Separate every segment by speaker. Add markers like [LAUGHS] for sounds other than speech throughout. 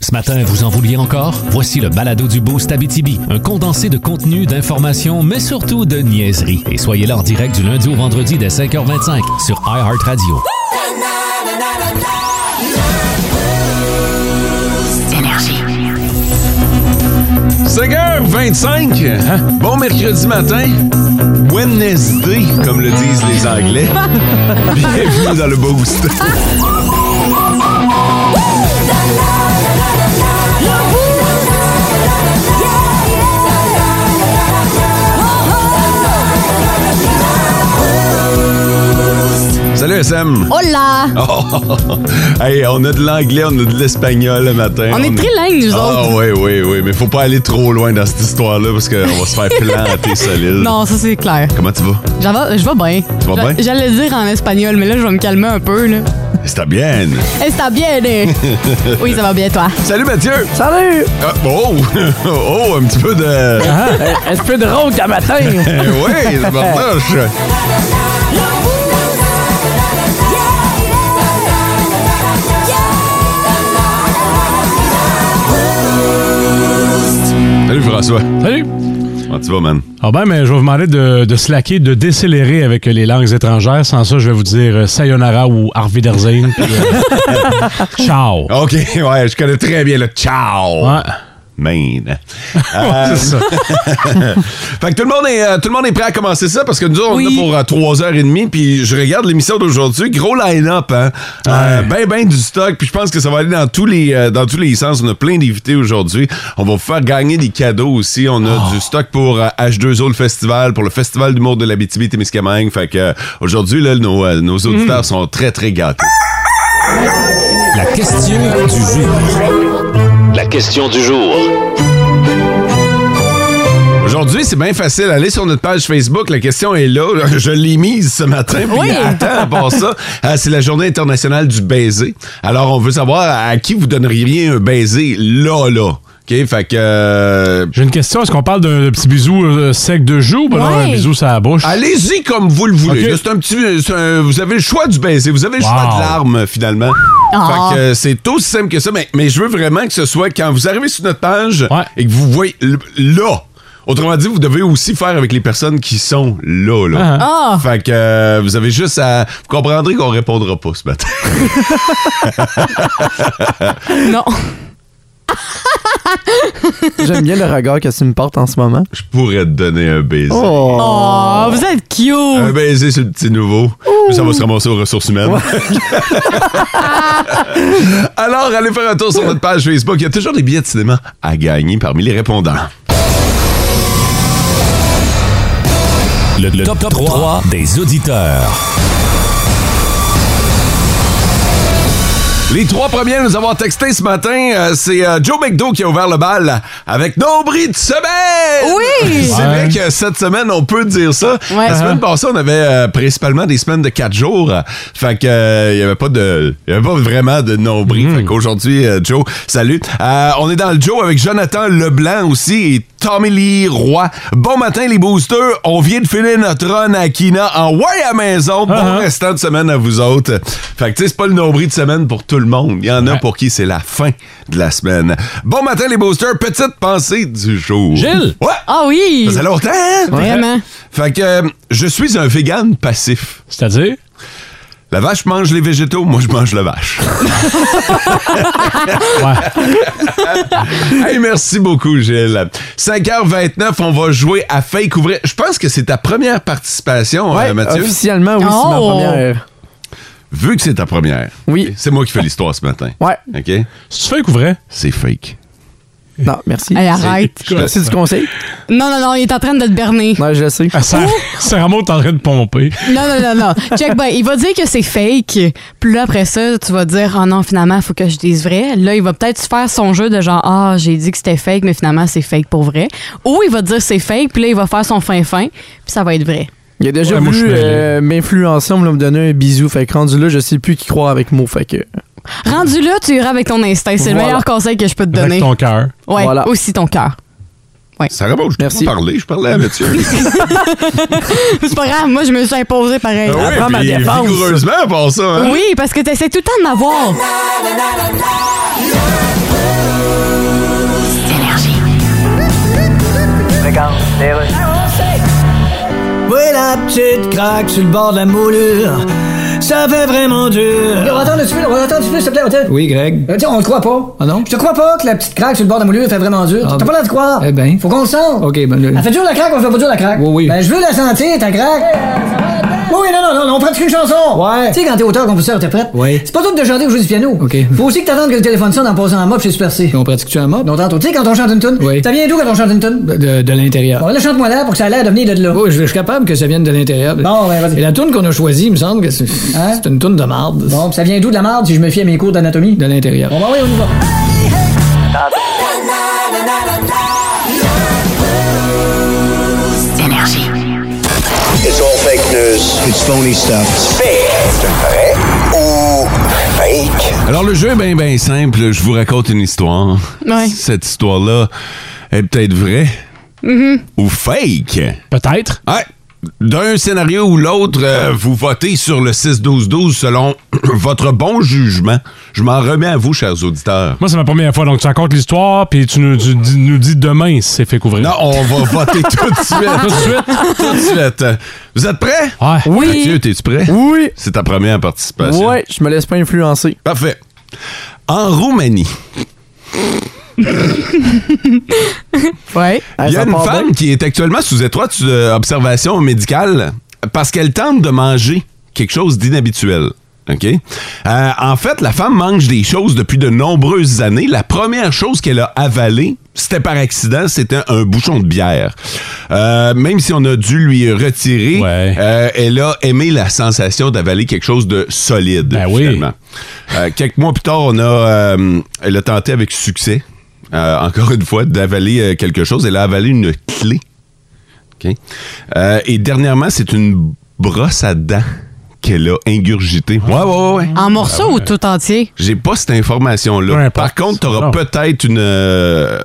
Speaker 1: Ce matin, vous en vouliez encore? Voici le balado du beau Stabitibi, un condensé de contenu, d'informations, mais surtout de niaiseries. Et soyez là en direct du lundi au vendredi dès 5h25 sur iHeartRadio.
Speaker 2: Énergie.
Speaker 3: 5h25, hein? bon mercredi matin, Wednesday, comme le disent les Anglais. Bienvenue dans le Boost. Salut SM.
Speaker 4: Hola!
Speaker 3: Oh, [LAUGHS] hey, on a de l'anglais, on a de l'espagnol le matin.
Speaker 4: On est trilingue, nous
Speaker 3: Ah oui, oui, oui, mais faut pas aller trop loin dans cette histoire-là parce qu'on va se
Speaker 4: [LAUGHS]
Speaker 3: faire planter solide.
Speaker 4: Non, ça c'est clair.
Speaker 3: Comment tu vas?
Speaker 4: J'en vais- Je vais bien.
Speaker 3: Tu vas
Speaker 4: J'a-
Speaker 3: bien?
Speaker 4: J'allais dire en espagnol, mais là, je vais me calmer un peu. Là.
Speaker 3: Está bien.
Speaker 4: Está bien.
Speaker 3: [LAUGHS]
Speaker 4: eh? oui, ça va bien, toi.
Speaker 3: Salut Mathieu.
Speaker 5: Salut!
Speaker 3: Ah, oh, [LAUGHS] oh, un petit peu de...
Speaker 5: [LAUGHS] Un petit peu drôle qu'à matin!
Speaker 3: Eh [LAUGHS] oui, le bardoche. Salut François.
Speaker 6: [LAUGHS] Salut!
Speaker 3: Comment tu vas, man?
Speaker 6: Ah ben, mais je vais vous demander de, de slacker, de décélérer avec les langues étrangères. Sans ça, je vais vous dire euh, sayonara ou arviderzine. puis,
Speaker 4: [LAUGHS]
Speaker 6: euh, ciao!
Speaker 3: OK, ouais, je connais très bien le ciao.
Speaker 6: Ouais. [LAUGHS]
Speaker 3: Man. Euh,
Speaker 6: C'est ça.
Speaker 3: [LAUGHS] fait que tout le, monde est, euh, tout le monde est prêt à commencer ça parce que nous, on
Speaker 4: Oui.
Speaker 3: est pour euh, 3h30. Puis je regarde l'émission d'aujourd'hui. Gros line-up, hein? Euh, ben, ben du stock. Puis je pense que ça va aller dans tous les, euh, dans tous les sens. On a plein d'invités aujourd'hui. On va vous faire gagner des cadeaux aussi. On
Speaker 6: Oh.
Speaker 3: a du stock pour euh, H2O, le festival, pour le Festival d'humour de l'Abitibi, Témiscamingue. Fait que euh, aujourd'hui, là, nos, euh, nos
Speaker 6: Mm.
Speaker 3: auditeurs sont très, très gâtés.
Speaker 1: La question du jour.
Speaker 7: La question du jour.
Speaker 3: Aujourd'hui, c'est bien facile. Allez sur notre page Facebook. La question est là. [LAUGHS] Je l'ai mise ce matin. Puis [LAUGHS] attends, à part ça, euh, c'est la journée internationale du baiser. Alors, on veut savoir à qui vous donneriez un baiser là, là. OK? Fait que... euh,
Speaker 6: J'ai une question. Est-ce qu'on parle d'un petit bisou euh, sec de joue ou pas
Speaker 4: Ouais.
Speaker 6: un bisou sur la bouche?
Speaker 3: Allez-y comme vous le voulez.
Speaker 6: OK.
Speaker 3: Là, C'est un petit, c'est un- vous avez le choix du baiser. Vous avez le choix
Speaker 6: Wow.
Speaker 3: de l'arme, finalement.
Speaker 4: Ah.
Speaker 3: Fait que euh, c'est aussi simple que ça. Mais, mais je veux vraiment que ce soit quand vous arrivez sur notre page
Speaker 6: Ouais.
Speaker 3: et que vous voyez le- là. Autrement dit, vous devez aussi faire avec les personnes qui sont là. là.
Speaker 4: Ah.
Speaker 3: Fait que euh, vous avez juste à. Vous comprendrez qu'on répondra pas ce matin. [LAUGHS]
Speaker 4: Non.
Speaker 5: [LAUGHS] J'aime bien le regard que tu me portes en ce moment.
Speaker 3: Je pourrais te donner un baiser.
Speaker 5: Oh!
Speaker 4: Oh, vous êtes cute.
Speaker 3: Un baiser sur le petit nouveau. Puis ça va se ramasser aux ressources humaines. [LAUGHS] Alors, allez faire un tour sur notre page Facebook. Il y a toujours des billets de cinéma à gagner parmi les répondants.
Speaker 1: Le, le top, 3 des auditeurs.
Speaker 3: Les trois premiers à nous avoir texté ce matin, euh, c'est euh, Joe McDo qui a ouvert le bal avec Nombril de semaine!
Speaker 4: Oui!
Speaker 3: C'est vrai que cette semaine, on peut dire ça.
Speaker 4: Ouais.
Speaker 3: La semaine passée, on avait euh, principalement des semaines de quatre jours. Euh, Fait que euh, il y avait pas de. Il y avait pas vraiment de nombril. Fait qu'aujourd'hui, euh, Joe, salut. Euh, on est dans le Joe avec Jonathan Leblanc aussi et Tommy Lee Roy. Bon matin les boosters. On vient de finir notre run à Kina en way à maison. Bon
Speaker 6: Uh-huh.
Speaker 3: restant de semaine à vous autres. Fait que tu sais, c'est pas le nombril de semaine pour tout le monde. Il y en a
Speaker 6: Ouais.
Speaker 3: pour qui c'est la fin de la semaine. Bon matin les boosters, petite pensée du jour.
Speaker 6: Gilles?
Speaker 3: Ouais!
Speaker 4: Ah oui!
Speaker 3: Ça faisait longtemps, hein?
Speaker 4: Vraiment.
Speaker 3: Fait que euh, je suis un vegan passif.
Speaker 6: C'est-à-dire?
Speaker 3: La vache mange les végétaux, moi je mange la vache.
Speaker 6: Ouais.
Speaker 3: [LAUGHS] hey, merci beaucoup, Gilles. 5h29, on va jouer à Fake ou vrai. Je pense que c'est ta première participation, euh,
Speaker 5: Ouais,
Speaker 3: Mathieu.
Speaker 5: officiellement, oui, c'est ma
Speaker 4: Oh!
Speaker 5: première. euh,
Speaker 3: Vu que c'est ta première.
Speaker 5: Oui.
Speaker 3: ok, C'est moi qui fais l'histoire ce matin.
Speaker 5: Ouais.
Speaker 3: Mm. OK?
Speaker 6: Si tu fais un coup vrai?
Speaker 3: C'est fake.
Speaker 5: Non, merci.
Speaker 4: Hey, ah. arrête.
Speaker 5: Merci du conseil.
Speaker 4: Non, non, non, il est en train de te berner.
Speaker 5: Non, je le sais.
Speaker 6: Ah, Sarah
Speaker 4: Oh!
Speaker 6: Sarah Maud est en train de pomper.
Speaker 4: Non, non, non,
Speaker 3: [LAUGHS]
Speaker 4: non. Check bien. Il va dire que c'est fake. Puis là, après ça, tu vas dire, oh non, finalement, faut que je dise vrai. Là, il va peut-être faire son jeu de genre, ah, j'ai dit que c'était fake, mais finalement, c'est fake pour vrai. Ou il va dire c'est fake, puis là, il va faire son fin-fin, puis ça va être vrai.
Speaker 5: Il a déjà
Speaker 6: Ouais, moi, je
Speaker 5: voulu
Speaker 6: suis mêlé.
Speaker 5: euh, m'influencer, on me l'a donné un bisou. Fait que rendu là, je sais plus qui croire avec moi. Fait que.
Speaker 4: Rendu là, tu iras avec ton instinct. C'est
Speaker 5: Voilà.
Speaker 4: le meilleur conseil que je peux te
Speaker 6: Avec
Speaker 4: donner.
Speaker 6: ton cœur.
Speaker 4: Ouais,
Speaker 5: Voilà.
Speaker 4: aussi ton cœur. [LAUGHS]
Speaker 3: Ça remonte, je
Speaker 5: Merci. Ben,
Speaker 3: peux pas parler, je parlais à
Speaker 5: [LAUGHS]
Speaker 3: Mathieu. Ah
Speaker 4: c'est pas grave, moi, je me suis imposé pareil.
Speaker 3: Ah
Speaker 5: Apprends ma
Speaker 3: puis
Speaker 5: défense.
Speaker 3: vigoureusement pour ça. hein?
Speaker 4: Oui, parce que tu tout le temps de m'avoir.
Speaker 2: petite craque sur le bord de la moulure. Ça fait vraiment dur.
Speaker 8: On va attendre un petit peu, on va attendre un petit peu, s'il te plaît, on te-
Speaker 2: Oui, Greg.
Speaker 8: Euh, tiens, on le croit pas.
Speaker 2: Ah non?
Speaker 8: Je te crois pas que la petite craque sur le bord de la moulure fait vraiment dur.
Speaker 2: Ah,
Speaker 8: T'as pas
Speaker 2: ben-
Speaker 8: l'air de croire.
Speaker 2: Eh ben.
Speaker 8: Faut qu'on le sente.
Speaker 2: OK, ben, le-
Speaker 8: Elle fait dur la craque ou elle fait pas dur la craque?
Speaker 2: Oui, oui.
Speaker 8: Ben, je veux la sentir, ta craque. Oui, non, non, non, non, on pratique une chanson.
Speaker 2: Ouais.
Speaker 8: Tu sais, quand t'es auteur, compositeur, t'es prête.
Speaker 2: Oui.
Speaker 8: C'est pas tout de chanter ou jouer du piano.
Speaker 2: OK.
Speaker 8: Faut aussi que t'attendes que le téléphone sonne en passant en mop chez Super C.
Speaker 2: On pratique-tu un mop?
Speaker 8: Non, tantôt. Tu sais, quand on chante une tune,
Speaker 2: Oui.
Speaker 8: ça vient d'où quand on chante une tune?
Speaker 2: De, de l'intérieur.
Speaker 8: Bon, là, chante-moi là pour que ça a l'air de venir de là.
Speaker 2: Oui, je je suis capable que ça vienne de l'intérieur.
Speaker 8: Bon, ben,
Speaker 2: Et
Speaker 8: vas-y.
Speaker 2: la tourne qu'on a choisie, il me semble que c'est
Speaker 8: Hein?
Speaker 2: c'est une tourne de marde.
Speaker 8: Bon, pis ça vient d'où de la marde si je me fie à mes cours d'anatomie?
Speaker 2: De l'intérieur.
Speaker 8: Bon, ben oui, on y va.
Speaker 9: It's all fake news. It's phony stuff. It's fake. C'est vrai ou fake?
Speaker 3: Alors, le jeu est bien, bien simple. Je vous raconte une histoire.
Speaker 4: Ouais.
Speaker 3: Cette histoire-là est peut-être vraie
Speaker 5: Mm-hmm.
Speaker 3: ou fake.
Speaker 6: Peut-être.
Speaker 3: Ouais. D'un scénario ou l'autre, euh, vous votez sur le 6-12-12 selon [CLEARS THROAT] votre bon jugement. Je m'en remets à vous, chers auditeurs.
Speaker 6: Moi, c'est ma première fois. Donc, tu racontes l'histoire, puis tu nous, tu dis- nous dis demain si c'est fait couvrir.
Speaker 3: Non, on va voter tout de
Speaker 5: [LAUGHS]
Speaker 6: Tout de
Speaker 3: suite.
Speaker 6: suite.
Speaker 3: tout de suite. Vous êtes prêts?
Speaker 6: Ouais.
Speaker 4: Oh.
Speaker 5: Oui.
Speaker 3: Mathieu, t'es-tu prêt?
Speaker 5: Oui.
Speaker 3: C'est ta première participation.
Speaker 5: Ouais, je me laisse pas influencer.
Speaker 3: Parfait. En Roumanie,
Speaker 4: Ouais.
Speaker 5: Ah,
Speaker 3: il y a
Speaker 5: ça
Speaker 3: une
Speaker 5: part
Speaker 3: femme
Speaker 5: bien.
Speaker 3: qui est actuellement sous étroite euh, observation médicale parce qu'elle tente de manger quelque chose d'inhabituel. OK? Euh, en fait, la femme mange des choses depuis de nombreuses années. La première chose qu'elle a avalée, c'était par accident, c'était un bouchon de bière. Euh, même si on a dû lui retirer,
Speaker 6: Ouais.
Speaker 3: euh, elle a aimé la sensation d'avaler quelque chose de solide.
Speaker 6: Ben oui.
Speaker 3: finalement. Euh, quelques mois plus tard, on a, euh, elle a tenté avec succès, euh, encore une fois, d'avaler euh, quelque chose. Elle a avalé une clé. OK? Euh, et dernièrement, c'est une brosse à dents qu'elle a ingurgitée. Ouais, ouais, ouais. ouais.
Speaker 4: En morceaux ou tout entier?
Speaker 3: J'ai pas cette
Speaker 6: Peu
Speaker 3: information-là. Par
Speaker 6: importe.
Speaker 3: contre, tu auras
Speaker 6: Non.
Speaker 3: peut-être une, euh,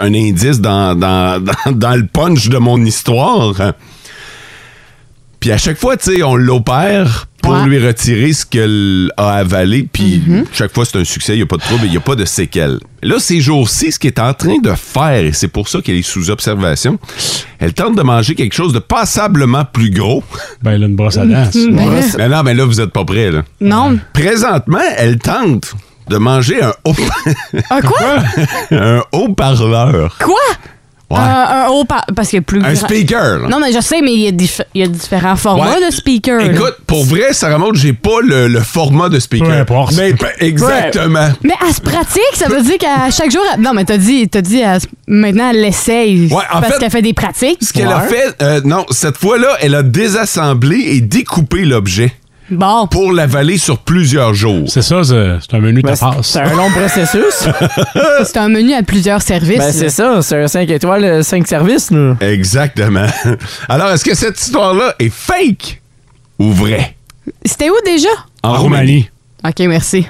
Speaker 3: un indice dans, dans, [LAUGHS] dans, dans le punch de mon histoire. Puis à chaque fois, tu sais, on l'opère pour
Speaker 4: Ouais. Mhm.
Speaker 3: lui retirer ce qu'elle a avalé. Puis chaque fois, c'est un succès, il n'y a pas de trouble, il n'y a pas de séquelles. Là, ces jours-ci, ce qu'elle est en train de faire, et c'est pour ça qu'elle est sous observation, elle tente de manger quelque chose de passablement plus gros.
Speaker 6: Ben, là, une brosse à dents. c'est-
Speaker 4: Ben là,
Speaker 3: Mais non, mais là, vous n'êtes pas prêts, là.
Speaker 4: non.
Speaker 3: Présentement, elle tente de manger un haut... [LAUGHS]
Speaker 4: Un Ah, quoi?
Speaker 3: un haut-parleur.
Speaker 4: Quoi?
Speaker 3: Ouais.
Speaker 4: Euh, un haut par- Parce qu'il y a plus
Speaker 3: un
Speaker 4: grand-
Speaker 3: speaker. là.
Speaker 4: Non, mais je sais, mais il y a, dif- il y a différents formats
Speaker 3: Ouais.
Speaker 4: de speaker. là.
Speaker 3: Écoute, pour vrai, Sarah Maud, j'ai pas le, le format de speaker.
Speaker 6: Peu importe.
Speaker 3: Mais pe- exactement.
Speaker 4: Mais elle se pratique, ça veut dire qu'à chaque jour. elle- Non, mais t'as dit, t'as dit elle se- maintenant, elle l'essaye.
Speaker 3: Ouais, en
Speaker 4: parce
Speaker 3: fait-
Speaker 4: qu'elle fait des pratiques.
Speaker 3: Ce qu'elle a fait, euh, non, cette fois-là, elle a désassemblé et découpé l'objet
Speaker 4: Bon.
Speaker 3: pour l'avaler sur plusieurs jours.
Speaker 6: C'est ça, c'est c'est un menu de
Speaker 5: Ben, c'est-
Speaker 6: passe.
Speaker 5: c'est un
Speaker 4: [LAUGHS]
Speaker 5: long processus.
Speaker 4: C'est un menu à plusieurs services.
Speaker 5: ben, c'est
Speaker 4: là.
Speaker 5: ça, c'est un 5 étoiles, 5 services, là.
Speaker 3: Exactement. Alors, est-ce que cette histoire-là est fake ou vraie?
Speaker 4: C'était où déjà?
Speaker 6: En Roumanie.
Speaker 4: OK, merci.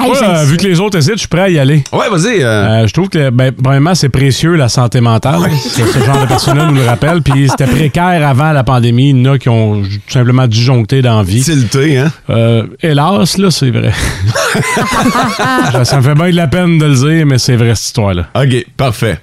Speaker 4: Hey,
Speaker 6: Moi,
Speaker 4: j'aime
Speaker 6: euh,
Speaker 4: ça.
Speaker 6: vu que les autres hésitent, je suis prêt à y aller.
Speaker 3: Ouais, vas-y. euh,
Speaker 6: Euh, je trouve que, ben, premièrement, c'est précieux la santé mentale. Ce, ce genre de personnes-là nous le rappelle. Puis c'était précaire avant la pandémie. Il y en a qui ont j- tout simplement disjoncté dans la vie.
Speaker 3: tilté, hein?
Speaker 6: Euh, hélas, là, c'est vrai. ça, ça me fait bien de la peine de le dire, mais c'est vrai cette histoire-là.
Speaker 3: OK, parfait.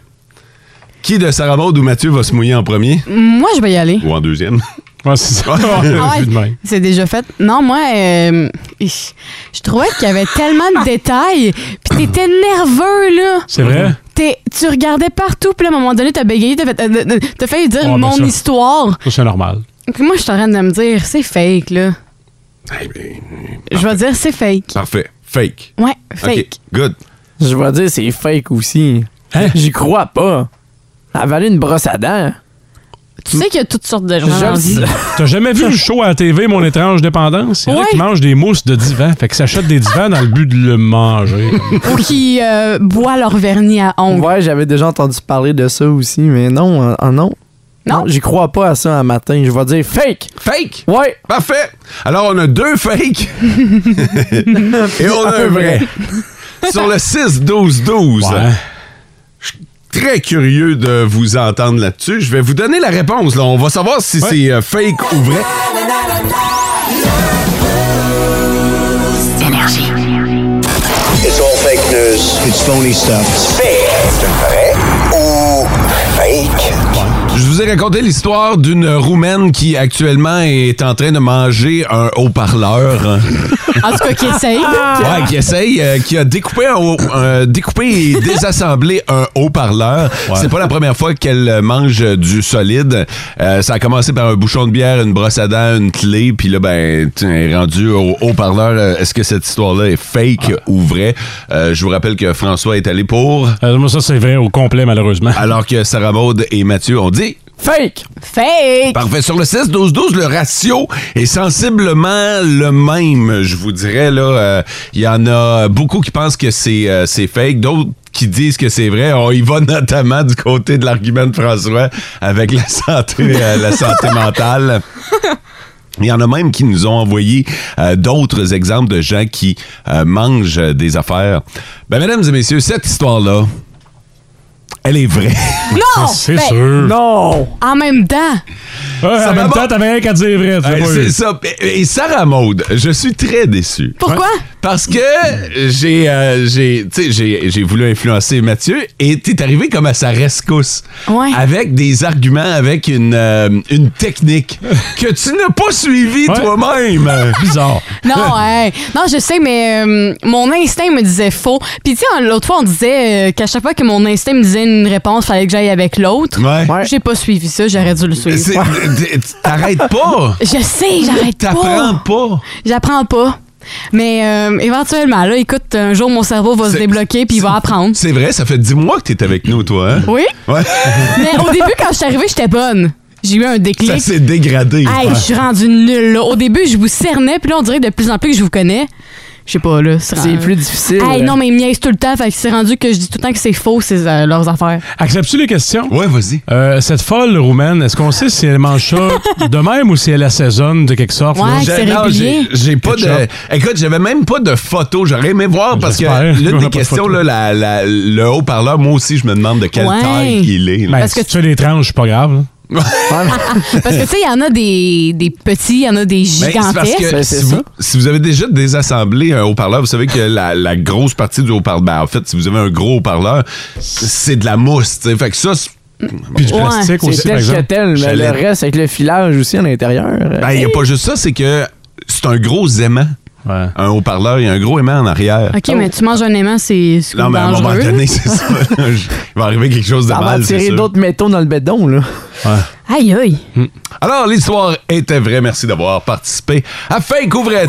Speaker 3: Qui de Sarah Maud ou Mathieu va se mouiller en premier?
Speaker 4: Moi, je vais y aller.
Speaker 3: Ou en deuxième? [LAUGHS]
Speaker 6: Ouais, c'est [LAUGHS] ça.
Speaker 4: Ah ouais,
Speaker 6: Vu de même.
Speaker 4: c'est déjà fait. Non, moi, euh, je trouvais qu'il y avait tellement de détails. Puis t'étais nerveux, là.
Speaker 6: C'est vrai?
Speaker 4: T'es- tu regardais partout. Puis là, à un moment donné, t'as bégayé. T'as fait, euh, euh, t'as failli dire
Speaker 6: Ouais, ben
Speaker 4: mon
Speaker 6: ça.
Speaker 4: histoire.
Speaker 6: Ça, c'est normal.
Speaker 4: Puis moi, je suis en train de me dire, c'est fake, là.
Speaker 3: Eh ben,
Speaker 4: Je vais dire, c'est fake.
Speaker 3: Parfait. Fake.
Speaker 4: Ouais,
Speaker 3: OK,
Speaker 4: fake.
Speaker 3: Good.
Speaker 5: Je vais dire, c'est fake aussi. J'y crois pas. Avaler une brosse à dents.
Speaker 4: Tu sais qu'il y a toutes sortes de gens.
Speaker 5: Je
Speaker 4: dans
Speaker 5: le
Speaker 4: la vie.
Speaker 5: sais.
Speaker 6: T'as jamais vu le show à la TV, Mon étrange dépendance? Il y en a
Speaker 4: Ouais.
Speaker 6: qui mangent des mousses de divan. Fait que s'achètent des divans dans le but de le manger.
Speaker 4: Ou qui euh, boit leur vernis à ongles.
Speaker 5: Ouais, j'avais déjà entendu parler de ça aussi, mais non, euh, euh, non.
Speaker 4: Non.
Speaker 5: j'y crois pas à ça un matin. Je vais dire fake.
Speaker 3: Fake.
Speaker 5: Ouais.
Speaker 3: Parfait. Alors, on a deux fakes et on a un vrai. Sur le 6-12-12,
Speaker 6: Ouais.
Speaker 3: très curieux de vous entendre là-dessus. Je vais vous donner la réponse. Là. On va savoir si
Speaker 6: Ouais.
Speaker 3: c'est euh, fake ou vrai.
Speaker 9: It's all fake news. It's phony stuff. It's fake. C'est vrai ou fake?
Speaker 3: Je vous ai raconté l'histoire d'une Roumaine qui actuellement est en train de manger un haut-parleur.
Speaker 4: En tout cas,
Speaker 6: [LAUGHS]
Speaker 4: qui essaye.
Speaker 3: Ouais, qui essaye, euh, qui a découpé, un haut- un- découpé et désassemblé un haut-parleur. C'est pas la première fois qu'elle euh, mange du solide. Euh, ça a commencé par un bouchon de bière, une brosse à dents, une clé, puis là, ben, tu- elle est rendue au haut-parleur. Euh, Est-ce que cette histoire-là est fake ou vraie? Euh, je vous rappelle que François est allé pour...
Speaker 6: Euh, moi, ça, c'est vrai au complet, malheureusement.
Speaker 3: Alors que Sarah Maud et Mathieu ont dit...
Speaker 5: Fake!
Speaker 4: Fake!
Speaker 3: Parfait. Sur le 16-12-12, le ratio est sensiblement le même, je vous dirais. là. Euh, Il y en a beaucoup qui pensent que c'est euh, c'est fake, d'autres qui disent que c'est vrai. On y va notamment du côté de l'argument de François avec la santé, euh, la santé mentale. Il y en a même qui nous ont envoyé euh, d'autres exemples de gens qui euh, mangent euh, des affaires. Ben, mesdames et messieurs, cette histoire-là, elle est vraie. Ah,
Speaker 4: Non!
Speaker 6: C'est
Speaker 4: Ben,
Speaker 5: Hmm.
Speaker 6: sûr.
Speaker 5: Non!
Speaker 4: En même temps,
Speaker 6: Ouais, en
Speaker 3: va
Speaker 6: même
Speaker 3: pas.
Speaker 6: temps, t'avais rien qu'à dire vrai. tu l'as
Speaker 3: Hey,
Speaker 6: pas eu.
Speaker 3: Ben, c'est ça. Et et Sarah Maud, je suis très déçu.
Speaker 4: pourquoi?
Speaker 3: Parce que j'ai euh, j'ai- tu sais, j'ai- j'ai voulu influencer Mathieu et t'es arrivé comme à sa rescousse.
Speaker 4: Ouais.
Speaker 3: Avec des arguments, avec une, euh, une technique que tu n'as pas suivie
Speaker 6: Ouais.
Speaker 3: toi-même.
Speaker 6: Ben, Bizarre.
Speaker 4: Non, hey. non, je sais, mais euh, mon instinct me disait faux. Puis tu sais, en- l'autre fois, on disait euh, qu'à chaque fois que mon instinct me disait une réponse, fallait que j'aille avec l'autre.
Speaker 3: Ouais.
Speaker 5: Ouais.
Speaker 4: J'ai pas suivi ça, j'aurais dû le suivre.
Speaker 3: C'est- t- t- T'arrêtes pas.
Speaker 4: Je sais, j'arrête
Speaker 3: T'apprends
Speaker 4: pas.
Speaker 3: pas.
Speaker 4: J'apprends pas. Mais euh, éventuellement, là, écoute, un jour, mon cerveau va se
Speaker 3: C'est-
Speaker 4: débloquer puis il va apprendre.
Speaker 3: C'est vrai, ça fait 10 mois que t'es avec nous, toi. hein?
Speaker 4: Oui?
Speaker 3: Ouais.
Speaker 4: Mais au début, quand je suis arrivée, j'étais bonne. J'ai eu un
Speaker 3: Ça
Speaker 4: déclic.
Speaker 3: s'est dégradé.
Speaker 4: Hey, je suis rendue nulle, là. Au début, je vous cernais, puis là, on dirait de plus en plus que je vous connais. Je sais pas, là.
Speaker 5: C'est plus difficile.
Speaker 4: Ah.
Speaker 5: hein.
Speaker 4: Hey, non, mais ils me niaisent tout le temps, fait que c'est rendu que je dis tout le temps que c'est faux, ces, euh,
Speaker 3: [LAUGHS]
Speaker 4: leurs affaires.
Speaker 6: Acceptes-tu les questions?
Speaker 3: Ouais, vas-y.
Speaker 6: Euh, cette folle roumaine, est-ce qu'on sait si elle mange ça de même ou si elle assaisonne de quelque sorte?
Speaker 4: Ouais.
Speaker 6: là?
Speaker 4: que
Speaker 3: J'ai-
Speaker 4: c'est
Speaker 3: non,
Speaker 4: régulier.
Speaker 3: Ah, j'ai- J'ai pas de.
Speaker 6: Ketchup.
Speaker 3: Écoute, j'avais même pas de photo. J'aurais aimé voir parce que l'une
Speaker 6: J'espère. [LAUGHS] On a
Speaker 3: des
Speaker 6: pas de
Speaker 3: questions,
Speaker 6: photo.
Speaker 3: là, la- la- le haut-parleur, moi aussi, je me demande de quelle
Speaker 4: Ouais.
Speaker 3: taille il est. là.
Speaker 6: Ben,
Speaker 4: Parce
Speaker 6: si
Speaker 4: que
Speaker 6: tu fais des tranches, c'est pas grave. là.
Speaker 4: [LAUGHS] Parce que, tu sais, il y en a des, des petits, il y en a des
Speaker 3: Ben, c'est parce
Speaker 4: gigantesques.
Speaker 3: que
Speaker 5: Ben, c'est
Speaker 3: si vous,
Speaker 5: ça.
Speaker 3: si vous avez déjà désassemblé un haut-parleur, vous savez que la, la grosse partie du haut-parleur, ben, en fait, si vous avez un gros haut-parleur, c'est de la mousse. tu sais. Fait que ça, c'est-
Speaker 6: Puis du
Speaker 4: Ouais,
Speaker 6: plastique
Speaker 5: C'est
Speaker 6: aussi, par
Speaker 5: tel que
Speaker 6: exemple.
Speaker 5: tel, mais
Speaker 3: Chalet.
Speaker 5: le reste avec le filage aussi à l'intérieur. euh,
Speaker 3: ben, il n'y a pas juste ça, c'est que c'est un gros aimant.
Speaker 6: Ouais.
Speaker 3: Un haut-parleur, il y a un gros aimant en arrière.
Speaker 4: OK, mais tu manges un aimant, c'est c'est
Speaker 3: Non, mais à un moment
Speaker 4: dangereux.
Speaker 3: donné, c'est ça. Il
Speaker 4: [LAUGHS]
Speaker 3: va arriver quelque chose de
Speaker 5: ça va
Speaker 3: mal. c'est
Speaker 5: tirer
Speaker 3: sûr.
Speaker 5: d'autres métaux dans le bédon, là.
Speaker 4: Aïe, aïe.
Speaker 3: Alors, l'histoire était vraie. Merci d'avoir participé à Fake ou Vrai.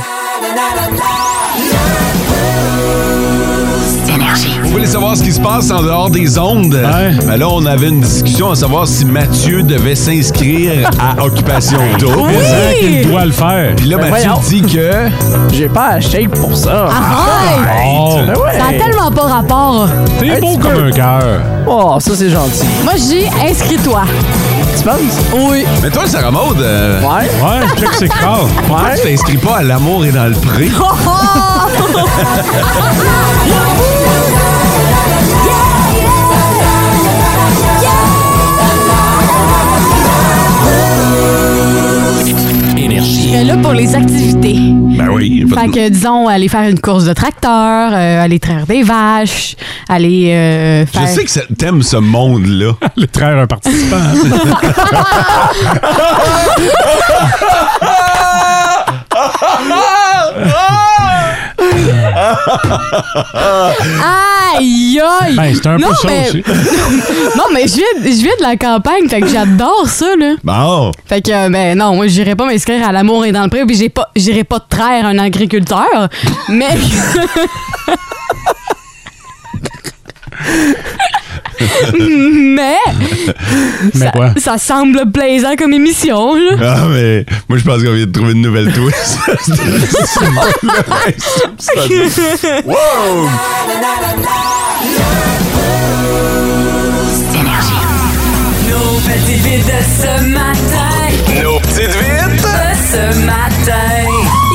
Speaker 3: Vous voulez savoir ce qui se passe en dehors des ondes?
Speaker 6: Ouais.
Speaker 3: Ben là, on avait une discussion à savoir si Mathieu devait s'inscrire à Occupation
Speaker 5: [LAUGHS]
Speaker 3: Double.
Speaker 6: Exact, il doit le faire.
Speaker 3: Puis là,
Speaker 5: Ben
Speaker 3: Mathieu
Speaker 5: voyons.
Speaker 3: dit que...
Speaker 5: J'ai pas à shake pour ça.
Speaker 3: Ah,
Speaker 4: Aïe!
Speaker 6: Oh,
Speaker 5: Ben ouais.
Speaker 4: Ah, Ça a tellement pas rapport.
Speaker 6: t'es
Speaker 5: Hey,
Speaker 6: beau
Speaker 5: tu
Speaker 6: comme
Speaker 5: peux-
Speaker 6: un cœur.
Speaker 5: Oh, ça c'est gentil.
Speaker 4: Moi, j'ai inscris-toi.
Speaker 5: Tu penses?
Speaker 4: Oui.
Speaker 3: Mais toi, Sarah Maud, euh,
Speaker 5: Ouais.
Speaker 6: Ouais, check, c'est grave.
Speaker 3: pourquoi tu t'inscris pas à L'amour est dans le
Speaker 5: [LAUGHS]
Speaker 3: pré?
Speaker 4: Je serais là pour les activités.
Speaker 3: Ben oui.
Speaker 4: Fait que, disons, aller faire une course de tracteur, euh, aller traire des vaches, aller euh,
Speaker 3: Je
Speaker 4: faire...
Speaker 3: sais que ça- t'aimes ce
Speaker 4: [LAUGHS]
Speaker 3: monde-là.
Speaker 6: Le traire un participant.
Speaker 4: Aïe, aïe!
Speaker 6: Ben, c'est un
Speaker 4: non,
Speaker 6: peu ça
Speaker 4: mais...
Speaker 6: aussi.
Speaker 4: non, mais je viens, je viens de la campagne, fait que j'adore ça, là.
Speaker 3: Bon.
Speaker 4: Fait que, euh, ben non, moi, j'irai pas m'inscrire à l'amour et dans le pré, puis j'ai pas, j'irai pas traire un agriculteur, mais... [LAUGHS] mais
Speaker 6: Mais quoi?
Speaker 4: ça semble plaisant comme émission, là.
Speaker 3: Ah, mais moi, je pense qu'on vient de trouver une nouvelle twist. wow!
Speaker 10: Nos petites vites de ce matin. Nos petites vites de ce matin.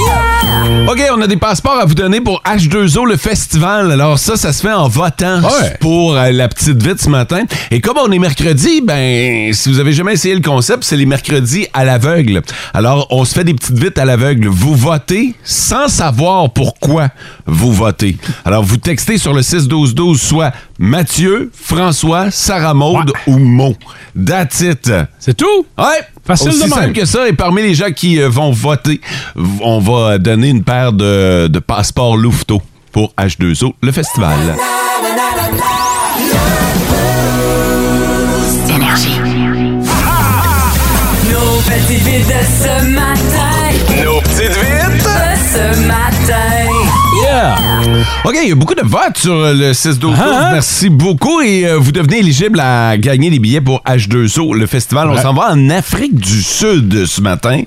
Speaker 10: Yeah!
Speaker 3: OK, on a des passeports à vous donner pour H2O, le festival. Alors ça, ça se fait en votant pour euh, la petite vite ce matin. Et comme on est mercredi, ben, si vous avez jamais essayé le concept, c'est les mercredis à l'aveugle. Alors, on se fait des petites vites à l'aveugle. Vous votez sans savoir pourquoi vous votez. Alors, vous textez sur le 6-12-12, soit Mathieu, François, Sarah Maude ou Mo. That's it.
Speaker 6: C'est tout?
Speaker 3: Ouais.
Speaker 6: Facile
Speaker 3: Aussi
Speaker 6: de même.
Speaker 3: simple que ça. Et parmi les gens qui euh, vont voter, v- on va donner une paire de, de passeports Louveteau pour H2O, le festival.
Speaker 10: Énergie. Nos petites vites de ce matin.
Speaker 3: Nos petites vites
Speaker 10: de ce matin.
Speaker 3: Yeah! OK, il y a beaucoup de votes sur euh, le 6 12
Speaker 6: Ah,
Speaker 3: Merci beaucoup. Et euh, vous devenez éligible à gagner les billets pour H2O, le festival. On s'en va en Afrique du Sud euh, ce matin.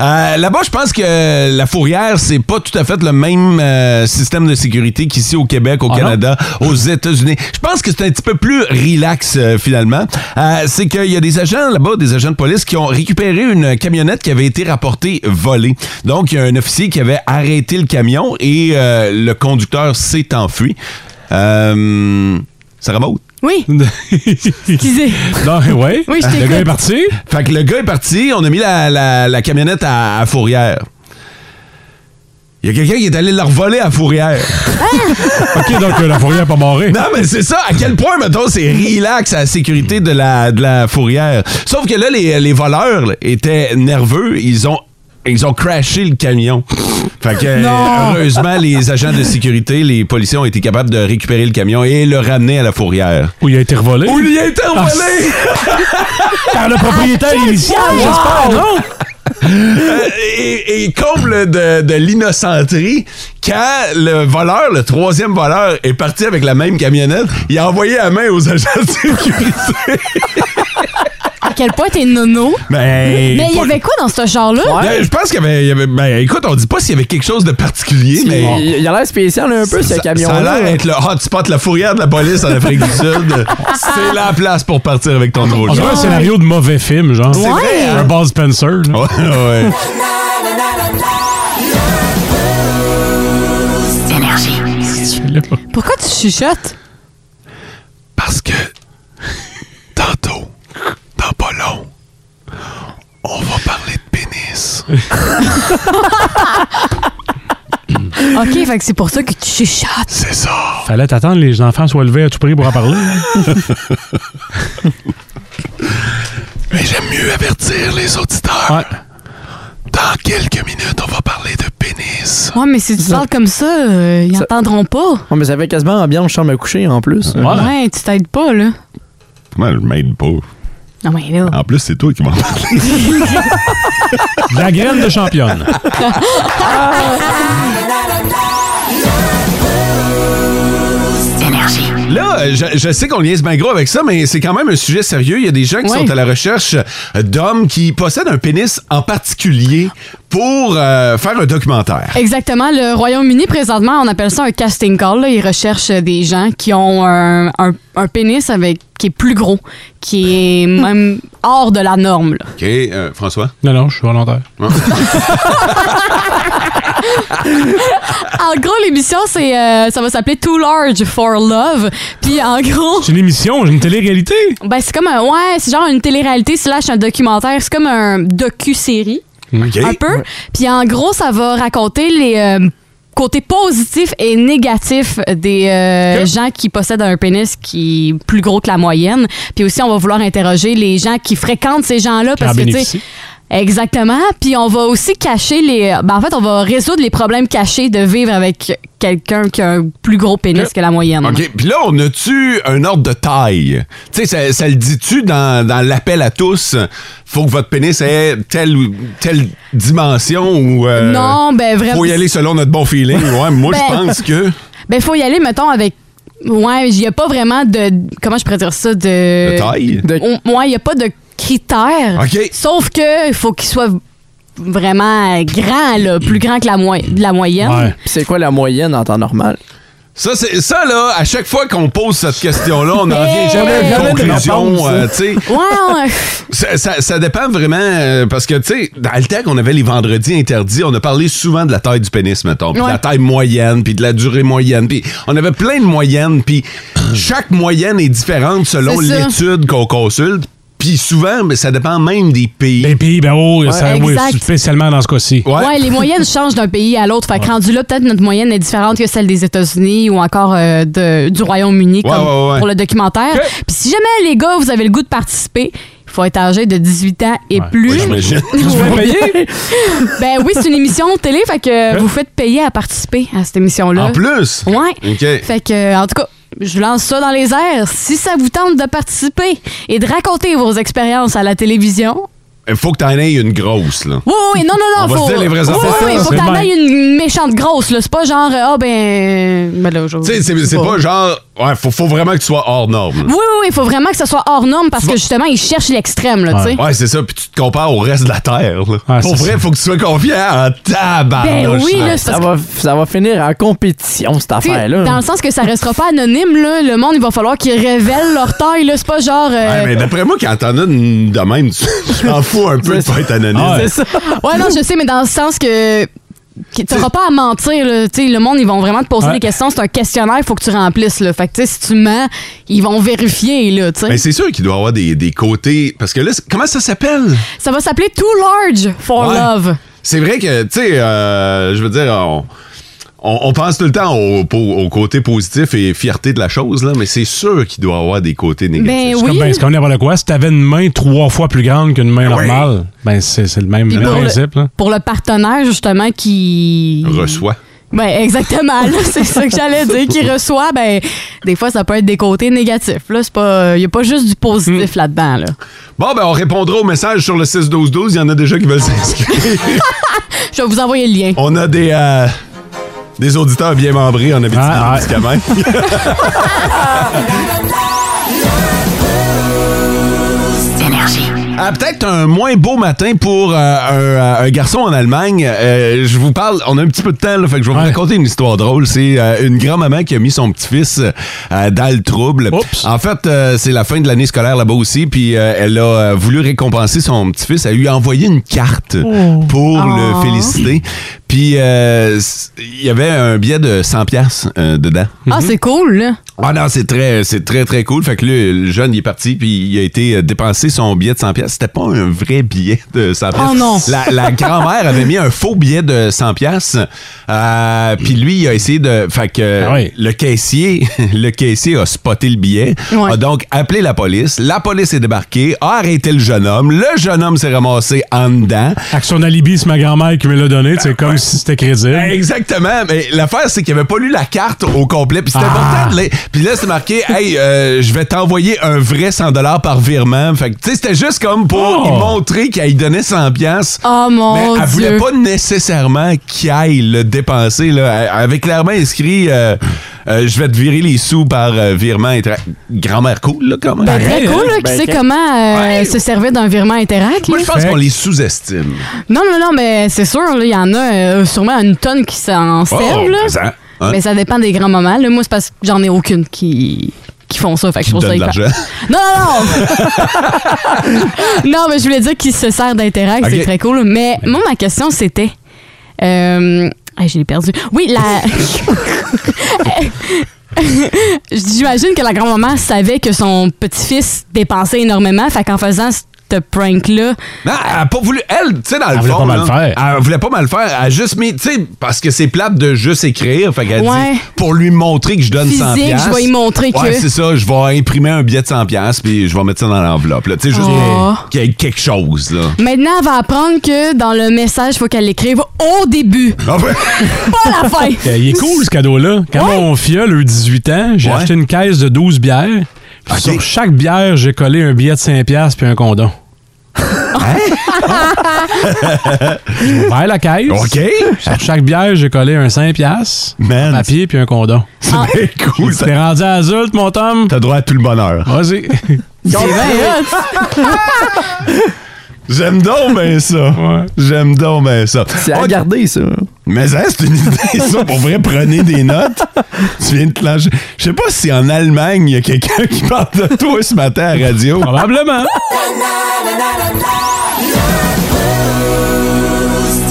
Speaker 3: Euh, Là-bas, je pense que la fourrière, c'est pas tout à fait le même euh, système de sécurité qu'ici au Québec, au
Speaker 6: Ah non?
Speaker 3: Canada, aux États-Unis. Je pense que c'est un petit peu plus relax, euh, finalement. Euh, c'est qu'il y a des agents là-bas, des agents de police, qui ont récupéré une camionnette qui avait été rapportée volée. Donc, il y a un officier qui avait arrêté le camion et euh, le conducteur s'est enfui. Euh, Sarah Maud?
Speaker 4: Oui. Excusez.
Speaker 6: Non, ouais.
Speaker 4: Oui, je
Speaker 6: Le
Speaker 4: t'écoute.
Speaker 6: gars est parti.
Speaker 3: Fait que le gars est parti, on a mis la, la- la camionnette à, à Fourrière. Il y a quelqu'un qui est allé la revoler à Fourrière.
Speaker 6: OK, donc euh, la fourrière pas morée.
Speaker 3: Non, mais c'est ça. À quel point, mettons, c'est relax à la sécurité de la, de la fourrière. Sauf que là, les, les voleurs là, étaient nerveux. Ils ont. Ils ont crashé le camion. Fait que,
Speaker 6: Non.
Speaker 3: heureusement, les agents de sécurité, les policiers ont été capables de récupérer le camion et le ramener à la fourrière.
Speaker 6: Où il a été revolé.
Speaker 3: Où il a été
Speaker 6: Ah,
Speaker 3: envolé!
Speaker 6: Par le propriétaire initial, j'espère, non?
Speaker 3: Euh, et, et comble de, de l'innocenterie, quand le voleur, le troisième voleur, est parti avec la même camionnette, il a envoyé la main aux agents de sécurité.
Speaker 4: À quel point t'es nono?
Speaker 3: Mais,
Speaker 4: Mais il y
Speaker 3: pas-
Speaker 4: avait quoi dans ce genre-là?
Speaker 3: Ben, je pense qu'il y avait, il y avait- Ben, écoute, on dit pas s'il y avait quelque chose de particulier, mais.
Speaker 5: Il, il a l'air spécial un peu, ce
Speaker 3: Ça, ça a l'air
Speaker 5: camion-là.
Speaker 3: être le hotspot, la fourrière de la police en Afrique du [LAUGHS] Sud. C'est la place pour partir avec ton nouveau
Speaker 6: On dirait un scénario de mauvais film, genre.
Speaker 3: C'est vrai, hein?
Speaker 6: Un Buzz Spencer. là.
Speaker 3: Ouais, ouais.
Speaker 10: Énergie.
Speaker 4: Pourquoi tu chuchotes?
Speaker 3: Parce que tantôt, dans pas long, on va parler de pénis.
Speaker 4: OK, fait que c'est pour ça que tu chuchotes.
Speaker 3: C'est ça.
Speaker 6: [LAUGHS] Fallait t'attendre les enfants soient levés à tout prix pour
Speaker 4: [LAUGHS]
Speaker 6: en parler. là.
Speaker 3: Mais j'aime mieux avertir les auditeurs.
Speaker 6: Ouais.
Speaker 3: Dans quelques minutes, on va parler de pénis.
Speaker 4: Ouais, mais si tu parles comme ça, euh, ils
Speaker 5: Ça-
Speaker 4: entendront pas.
Speaker 5: Ouais, mais ça fait quasiment ambiance chambre à coucher en plus.
Speaker 6: Ouais.
Speaker 4: Ouais, tu t'aides pas, là.
Speaker 3: Moi, je m'aide pas.
Speaker 4: Non, mais là.
Speaker 3: En plus, c'est toi qui m'en parles.
Speaker 6: De La graine de championne.
Speaker 10: Énergie.
Speaker 3: Là, euh, je, je sais qu'on liaise bien gros avec ça, mais c'est quand même un sujet sérieux. Il y a des gens qui
Speaker 4: Ouais.
Speaker 3: sont à la recherche euh, d'hommes qui possèdent un pénis en particulier pour euh, faire un documentaire.
Speaker 4: Exactement. Le Royaume-Uni, présentement, on appelle ça un casting call. là. Ils recherchent euh, des gens qui ont un, un- un pénis avec qui est plus gros, qui est même hors de la norme. là.
Speaker 3: OK, euh, François? Hein?
Speaker 6: Non, non, je suis volontaire.
Speaker 4: En gros, l'émission, c'est euh, ça va s'appeler Too Large for Love. Puis en gros,
Speaker 6: C'est une émission, j'ai une télé-réalité.
Speaker 4: ben, c'est comme un. Ouais, c'est genre une télé-réalité slash un documentaire. C'est comme un docu-série.
Speaker 3: OK.
Speaker 4: [LAUGHS] un peu. Puis en gros, ça va raconter les euh, côtés positifs et négatifs des euh, gens qui possèdent un pénis qui est plus gros que la moyenne. Puis aussi, on va vouloir interroger les gens qui fréquentent ces gens-là
Speaker 6: Qui en
Speaker 4: parce que tu sais.
Speaker 6: bénéficient.
Speaker 4: Exactement. Puis on va aussi cacher les. Ben en fait, on va résoudre les problèmes cachés de vivre avec quelqu'un qui a un plus gros pénis que la moyenne.
Speaker 3: OK, puis là, on a-tu un ordre de taille? Tu sais, ça, ça le dit-tu dans, dans l'appel à tous? Faut que votre pénis ait telle, ou- telle dimension ou... euh,
Speaker 4: non, ben vraiment.
Speaker 3: Faut y aller selon notre bon feeling. Ouais, moi, je
Speaker 4: Ben-
Speaker 3: pense que...
Speaker 4: Ben, faut y aller, mettons, avec. Ouais, il n'y a pas vraiment de. Comment je pourrais dire ça? De.
Speaker 3: De taille?
Speaker 5: De-
Speaker 4: On- ouais, il n'y a pas de critères.
Speaker 3: OK.
Speaker 4: Sauf que il faut qu'il soit vraiment grand, là, plus grand que la, moy- de la moyenne.
Speaker 6: Ouais.
Speaker 5: Puis c'est quoi la moyenne en temps normal?
Speaker 3: Ça, c'est, ça, là, à chaque fois qu'on pose cette question-là, on n'en
Speaker 4: Hey!
Speaker 3: vient jamais à
Speaker 4: Jamais
Speaker 3: une
Speaker 4: de réponse,
Speaker 3: conclusion.
Speaker 4: hein.
Speaker 3: euh, tu sais. [LAUGHS]
Speaker 4: Ouais, ouais.
Speaker 3: Ça, ça- ça dépend vraiment, euh, parce que, tu sais, dans le temps qu'on avait les vendredis interdits, on a parlé souvent de la taille du pénis, mettons, puis de
Speaker 4: Ouais.
Speaker 3: la taille moyenne, puis de la durée moyenne, puis on avait plein de moyennes, puis [CLEARS THROAT] chaque moyenne est différente selon
Speaker 4: C'est ça.
Speaker 3: l'étude qu'on consulte, puis souvent, mais ça dépend même des pays. Des
Speaker 6: pays, ben oh, ça- oui,
Speaker 4: exact.
Speaker 6: spécialement dans ce cas-ci.
Speaker 4: Ouais. les moyennes changent d'un pays à l'autre. Fait que rendu là, peut-être notre moyenne est différente que celle des États-Unis ou encore euh, de- du Royaume-Uni
Speaker 3: Ouais,
Speaker 4: comme
Speaker 3: ouais, ouais.
Speaker 4: pour le documentaire. Puis si jamais, les gars, vous avez le goût de participer, il faut être âgé de 18 ans et plus.
Speaker 3: Ouais,
Speaker 4: [LAUGHS]
Speaker 3: j'imagine.
Speaker 4: ben oui, c'est une émission de télé, fait que vous faites payer à participer à cette émission-là.
Speaker 3: En plus?
Speaker 4: Ouais.
Speaker 3: OK.
Speaker 4: Fait que, euh, en tout cas, je lance ça dans les airs. Si ça vous tente de participer et de raconter vos expériences à la télévision,
Speaker 3: Il faut que t'en aies une grosse, là.
Speaker 4: oui, oui, non, non,
Speaker 3: On
Speaker 4: non.
Speaker 3: va
Speaker 4: faut,
Speaker 3: se dire les vrais
Speaker 4: oui,
Speaker 3: affaires,
Speaker 4: oui, oui,
Speaker 3: ça,
Speaker 4: faut
Speaker 3: c'est
Speaker 4: que t'en
Speaker 3: bien.
Speaker 4: ailles une méchante grosse, là. C'est pas genre, euh, ah, ben. ben là, je-
Speaker 3: Tu sais, c'est, c'est pas genre. Ouais, faut, faut vraiment que tu sois hors norme. là.
Speaker 4: Oui, oui, oui, faut vraiment que ça soit hors norme parce que justement, ils cherchent l'extrême, là, tu sais.
Speaker 3: Ouais, ouais, c'est ça. Puis tu te compares au reste de la Terre. là. Pour
Speaker 5: c'est
Speaker 3: vrai, faut que tu sois confiant en
Speaker 4: Ben
Speaker 3: tabarnouche.
Speaker 5: ça, va, ça va finir en compétition, cette
Speaker 4: Tu sais,
Speaker 5: affaire-là. [LAUGHS]
Speaker 4: Dans le sens que ça restera pas anonyme, là. Le monde, il va falloir qu'ils révèlent leur taille, là. C'est pas genre. euh,
Speaker 3: Ouais, mais d'après moi, quand t'en as une de même, tu-
Speaker 4: [LAUGHS]
Speaker 3: je m'en fous un peu de pas être anonyme.
Speaker 4: Ouais, non, je sais, mais dans le sens que. que T'auras pas à mentir, là. Tu sais, le monde, ils vont vraiment te poser
Speaker 3: Ouais.
Speaker 4: des questions. C'est un questionnaire, faut que tu remplisses, là. Fait que, tu sais, si tu mens, ils vont vérifier, là, tu sais.
Speaker 3: Mais c'est sûr qu'il doit avoir des, des côtés. Parce que là, c'est- comment ça s'appelle?
Speaker 4: Ça va s'appeler Too Large for
Speaker 3: Ouais.
Speaker 4: Love.
Speaker 3: C'est vrai que, tu sais, euh, je veux dire, on, on- on pense tout le temps au, po- au côté positif et fierté de la chose, là, mais c'est sûr qu'il doit avoir des côtés négatifs.
Speaker 4: Ben
Speaker 6: C'est comme, ben, c'est comme n'importe quoi. Si t'avais une main trois fois plus grande qu'une main normale, ben c'est c'est le même
Speaker 4: Puis
Speaker 6: le
Speaker 4: pour le-
Speaker 6: principe. là.
Speaker 4: Pour le partenaire, justement, qui.
Speaker 3: Reçoit.
Speaker 4: Ben, exactement,
Speaker 3: [LAUGHS]
Speaker 4: là, c'est ça que j'allais dire. Qui reçoit, ben, des fois, ça peut être des côtés négatifs. Là, c'est pas. Il a pas juste du positif
Speaker 3: Hmm.
Speaker 4: là-dedans, là.
Speaker 3: Bon, ben, on répondra au message sur le 6-12-12. Il y en a déjà qui veulent s'inscrire.
Speaker 4: Je vais vous envoyer le lien.
Speaker 3: On a des, euh, des auditeurs bien membrés en habitude quand même.
Speaker 11: [LAUGHS]
Speaker 10: Énergie.
Speaker 3: Ah, peut-être un moins beau matin pour euh, un, euh, un garçon en Allemagne. Euh, je vous parle, on a un petit peu de temps, là, fait que je vais vous raconter une histoire drôle. C'est euh, une grand-maman qui a mis son petit-fils euh, dans le trouble. En fait, euh, c'est la fin de l'année scolaire là-bas aussi, puis euh, elle a euh, voulu récompenser son petit-fils. Elle lui a envoyé une carte
Speaker 11: Oh.
Speaker 3: pour
Speaker 11: Ah.
Speaker 3: le féliciter. Puis euh, c- il y avait un billet de 100 pièces dedans.
Speaker 4: Ah, c'est cool, là.
Speaker 3: Ah non, c'est très, c'est très, très cool. Fait que là, le jeune, il est parti, puis il a été euh, dépensé son billet de 100 pièces. C'était pas un vrai billet de 100 pièces.
Speaker 11: Oh non.
Speaker 3: La, la grand-mère avait mis un faux billet de 100 pièces. Euh, puis lui, il a essayé de... Fait que
Speaker 11: Ah
Speaker 3: euh, le caissier, [LAUGHS] le caissier a spoté le billet, a donc appelé la police. La police est débarquée, a arrêté le jeune homme. Le jeune homme s'est ramassé en dedans.
Speaker 6: Avec son alibi, c'est ma grand-mère qui me l'a donné. C'est comme si c'était crédible.
Speaker 3: Ben,
Speaker 4: Ben,
Speaker 3: Exactement, mais l'affaire c'est qu'il avait pas lu la carte au complet, puis c'était
Speaker 4: Ah.
Speaker 3: important de lire. Puis là c'est marqué "Hey, euh, je vais t'envoyer un vrai 100 dollars par virement." Fait que tu sais, c'était juste comme pour lui montrer qu'elle lui donnait 100 pièces.
Speaker 4: Oh mon
Speaker 3: mais elle voulait
Speaker 4: Dieu.
Speaker 3: pas nécessairement qu'il aille le dépenser là. Elle elle avait clairement inscrit euh, euh, je vais te virer les sous par euh, virement intra- grand-mère cool là quand même.
Speaker 4: Ben, très cool, là, qui sait comment euh, se servir d'un virement Interact.
Speaker 3: Moi je
Speaker 4: là.
Speaker 3: pense qu'on les sous-estime.
Speaker 4: Non, non, non, mais c'est sûr, là, il y en a euh, sûrement une tonne qui s'en servent. là.
Speaker 3: ben ça, hein.
Speaker 4: Mais ça dépend des grands moments. Là. Moi, c'est parce que j'en ai aucune qui, qui font ça. Fait que je
Speaker 3: Qui
Speaker 4: trouve
Speaker 3: donne
Speaker 4: ça
Speaker 3: de
Speaker 4: hyper-
Speaker 3: l'argent.
Speaker 4: Non, non, non! non, mais je voulais dire qu'ils se servent d'Interact,
Speaker 3: Ok.
Speaker 4: c'est très cool. Mais moi, ma question, c'était. Euh... ah, je l'ai perdu. Oui, la. [LAUGHS] J'imagine que la grand-maman savait que son petit-fils dépensait énormément, fait qu'en faisant ce prank-là,
Speaker 3: Non, elle a pas voulu. Elle, tu sais, dans le
Speaker 6: voulait
Speaker 3: fond.
Speaker 6: pas mal
Speaker 3: là, Elle voulait pas mal faire. Elle a juste mis. Tu sais, parce que c'est plate de juste écrire. Fait qu'elle
Speaker 4: Ouais.
Speaker 3: dit pour lui montrer que je donne 100$.
Speaker 4: Physique, je vais lui montrer que-
Speaker 3: Ouais, c'est ça. Je vais imprimer un billet de 100$ puis je vais mettre ça dans l'enveloppe. là. Tu sais, juste
Speaker 4: Oh.
Speaker 3: pour qu'il y ait quelque chose, là.
Speaker 4: Maintenant, elle va apprendre que dans le message, il faut qu'elle l'écrive au début.
Speaker 3: Ah
Speaker 6: [LAUGHS]
Speaker 4: Pas à la fin.
Speaker 6: Euh, Il est cool ce cadeau-là. Quand mon fiole a eu 18 ans, j'ai acheté une caisse de 12 bières. Puis Sur chaque bière, j'ai collé un billet de 5$ piastres puis un condom.
Speaker 3: Hein?
Speaker 6: [LAUGHS] j'ai ouvert la caisse.
Speaker 3: OK.
Speaker 6: Sur chaque bière, j'ai collé un 5$, piastres, un papier puis un condom.
Speaker 3: C'est
Speaker 4: Ah.
Speaker 3: bien cool.
Speaker 6: T'es rendu adulte, mon Tom.
Speaker 3: T'as droit à tout le bonheur.
Speaker 6: Vas-y.
Speaker 4: C'est hein? bien
Speaker 3: J'aime donc bien ça. J'aime donc bien ça.
Speaker 5: C'est à garder, ça.
Speaker 3: Mais hein, c'est une idée,
Speaker 10: [LAUGHS]
Speaker 3: ça, pour vrai, prenez des notes. Tu viens de te lâcher. Je sais pas si en Allemagne, il y a quelqu'un qui parle de toi ce matin à la
Speaker 10: Ah
Speaker 3: radio.
Speaker 6: Probablement.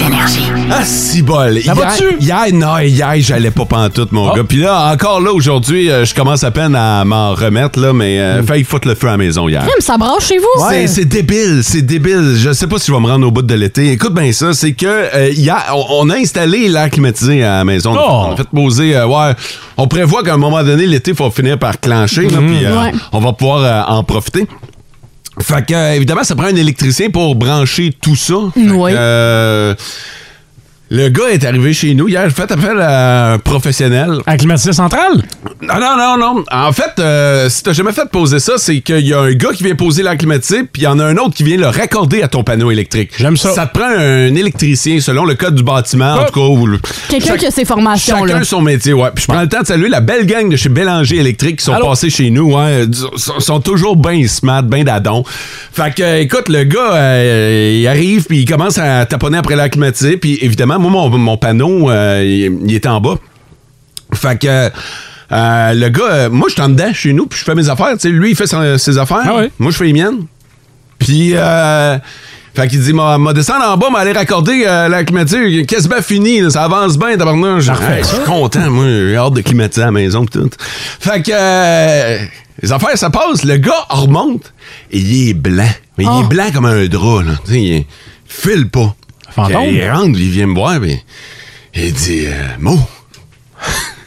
Speaker 10: Énergie.
Speaker 3: Ah, si bol.
Speaker 10: Ça
Speaker 3: hier,
Speaker 10: va-tu? Ah.
Speaker 3: hier, non, hier, j'allais pas pantoute, mon gars. Puis là, encore là, aujourd'hui, euh, je commence à peine à m'en remettre, là, mais euh,
Speaker 10: Hmm.
Speaker 3: failli foutre le feu à la maison hier.
Speaker 4: Crime, ça branche chez vous?
Speaker 3: C'est- C'est débile, c'est débile. Je sais pas si je vais me rendre au bout de l'été. Écoute bien ça, c'est que euh, hier, on, on a installé l'air climatisé à la maison. On a-
Speaker 6: Oh!
Speaker 3: On a fait poser, euh, ouais, on prévoit qu'à un moment donné, l'été, il faut finir par clencher, là, puis euh,
Speaker 4: Ouais.
Speaker 3: on va pouvoir euh, en profiter. Fait que, euh, évidemment, ça prend un électricien pour brancher tout ça. Fait que,
Speaker 4: Oui.
Speaker 3: euh, le gars est arrivé chez nous hier. J'ai fait appel à un professionnel.
Speaker 6: À climatisé central?
Speaker 3: Non, non, non, non. En fait, euh, si t'as jamais fait poser ça, c'est qu'il y a un gars qui vient poser l'air climatisé, puis il y en a un autre qui vient le raccorder à ton panneau électrique. J'aime ça. Ça te prend un électricien, selon le code du bâtiment, en tout cas. ou le-
Speaker 4: Quelqu'un
Speaker 3: Chaque-
Speaker 4: qui a ses formations,
Speaker 3: Chacun
Speaker 4: là.
Speaker 3: son métier, ouais. Puis je prends le temps de saluer la belle gang de chez Bélanger Électrique qui sont passés chez nous, ouais. Ils sont- sont toujours bien smart, bien d'adon. Fait que, euh, écoute, le gars, euh, il arrive, puis il commence à taponner après l'air climatisé. Puis évidemment, moi, mon, mon panneau, euh, il il était en bas. Fait que. euh, le gars, euh, moi, je suis en dedans chez nous, puis je fais mes affaires. tu sais. lui, il fait son- ses affaires. Moi, je fais les miennes. Puis, euh, fait qu'il dit, m'a m'a descendre en bas, m'a aller raccorder euh, la climatisation. Qu'est-ce que fini, là, ça avance bien, tabarnak. Je Hey, je suis content, moi, j'ai hâte de climatiser à la maison pis tout. Fait que, euh, les affaires, ça passe. Le gars il remonte et il est blanc. Mais il est blanc comme un drap, là. Tu sais, il file pas.
Speaker 6: Fantôme.
Speaker 3: Fait que, Il rentre, il vient me voir, pis il dit, euh, Mo.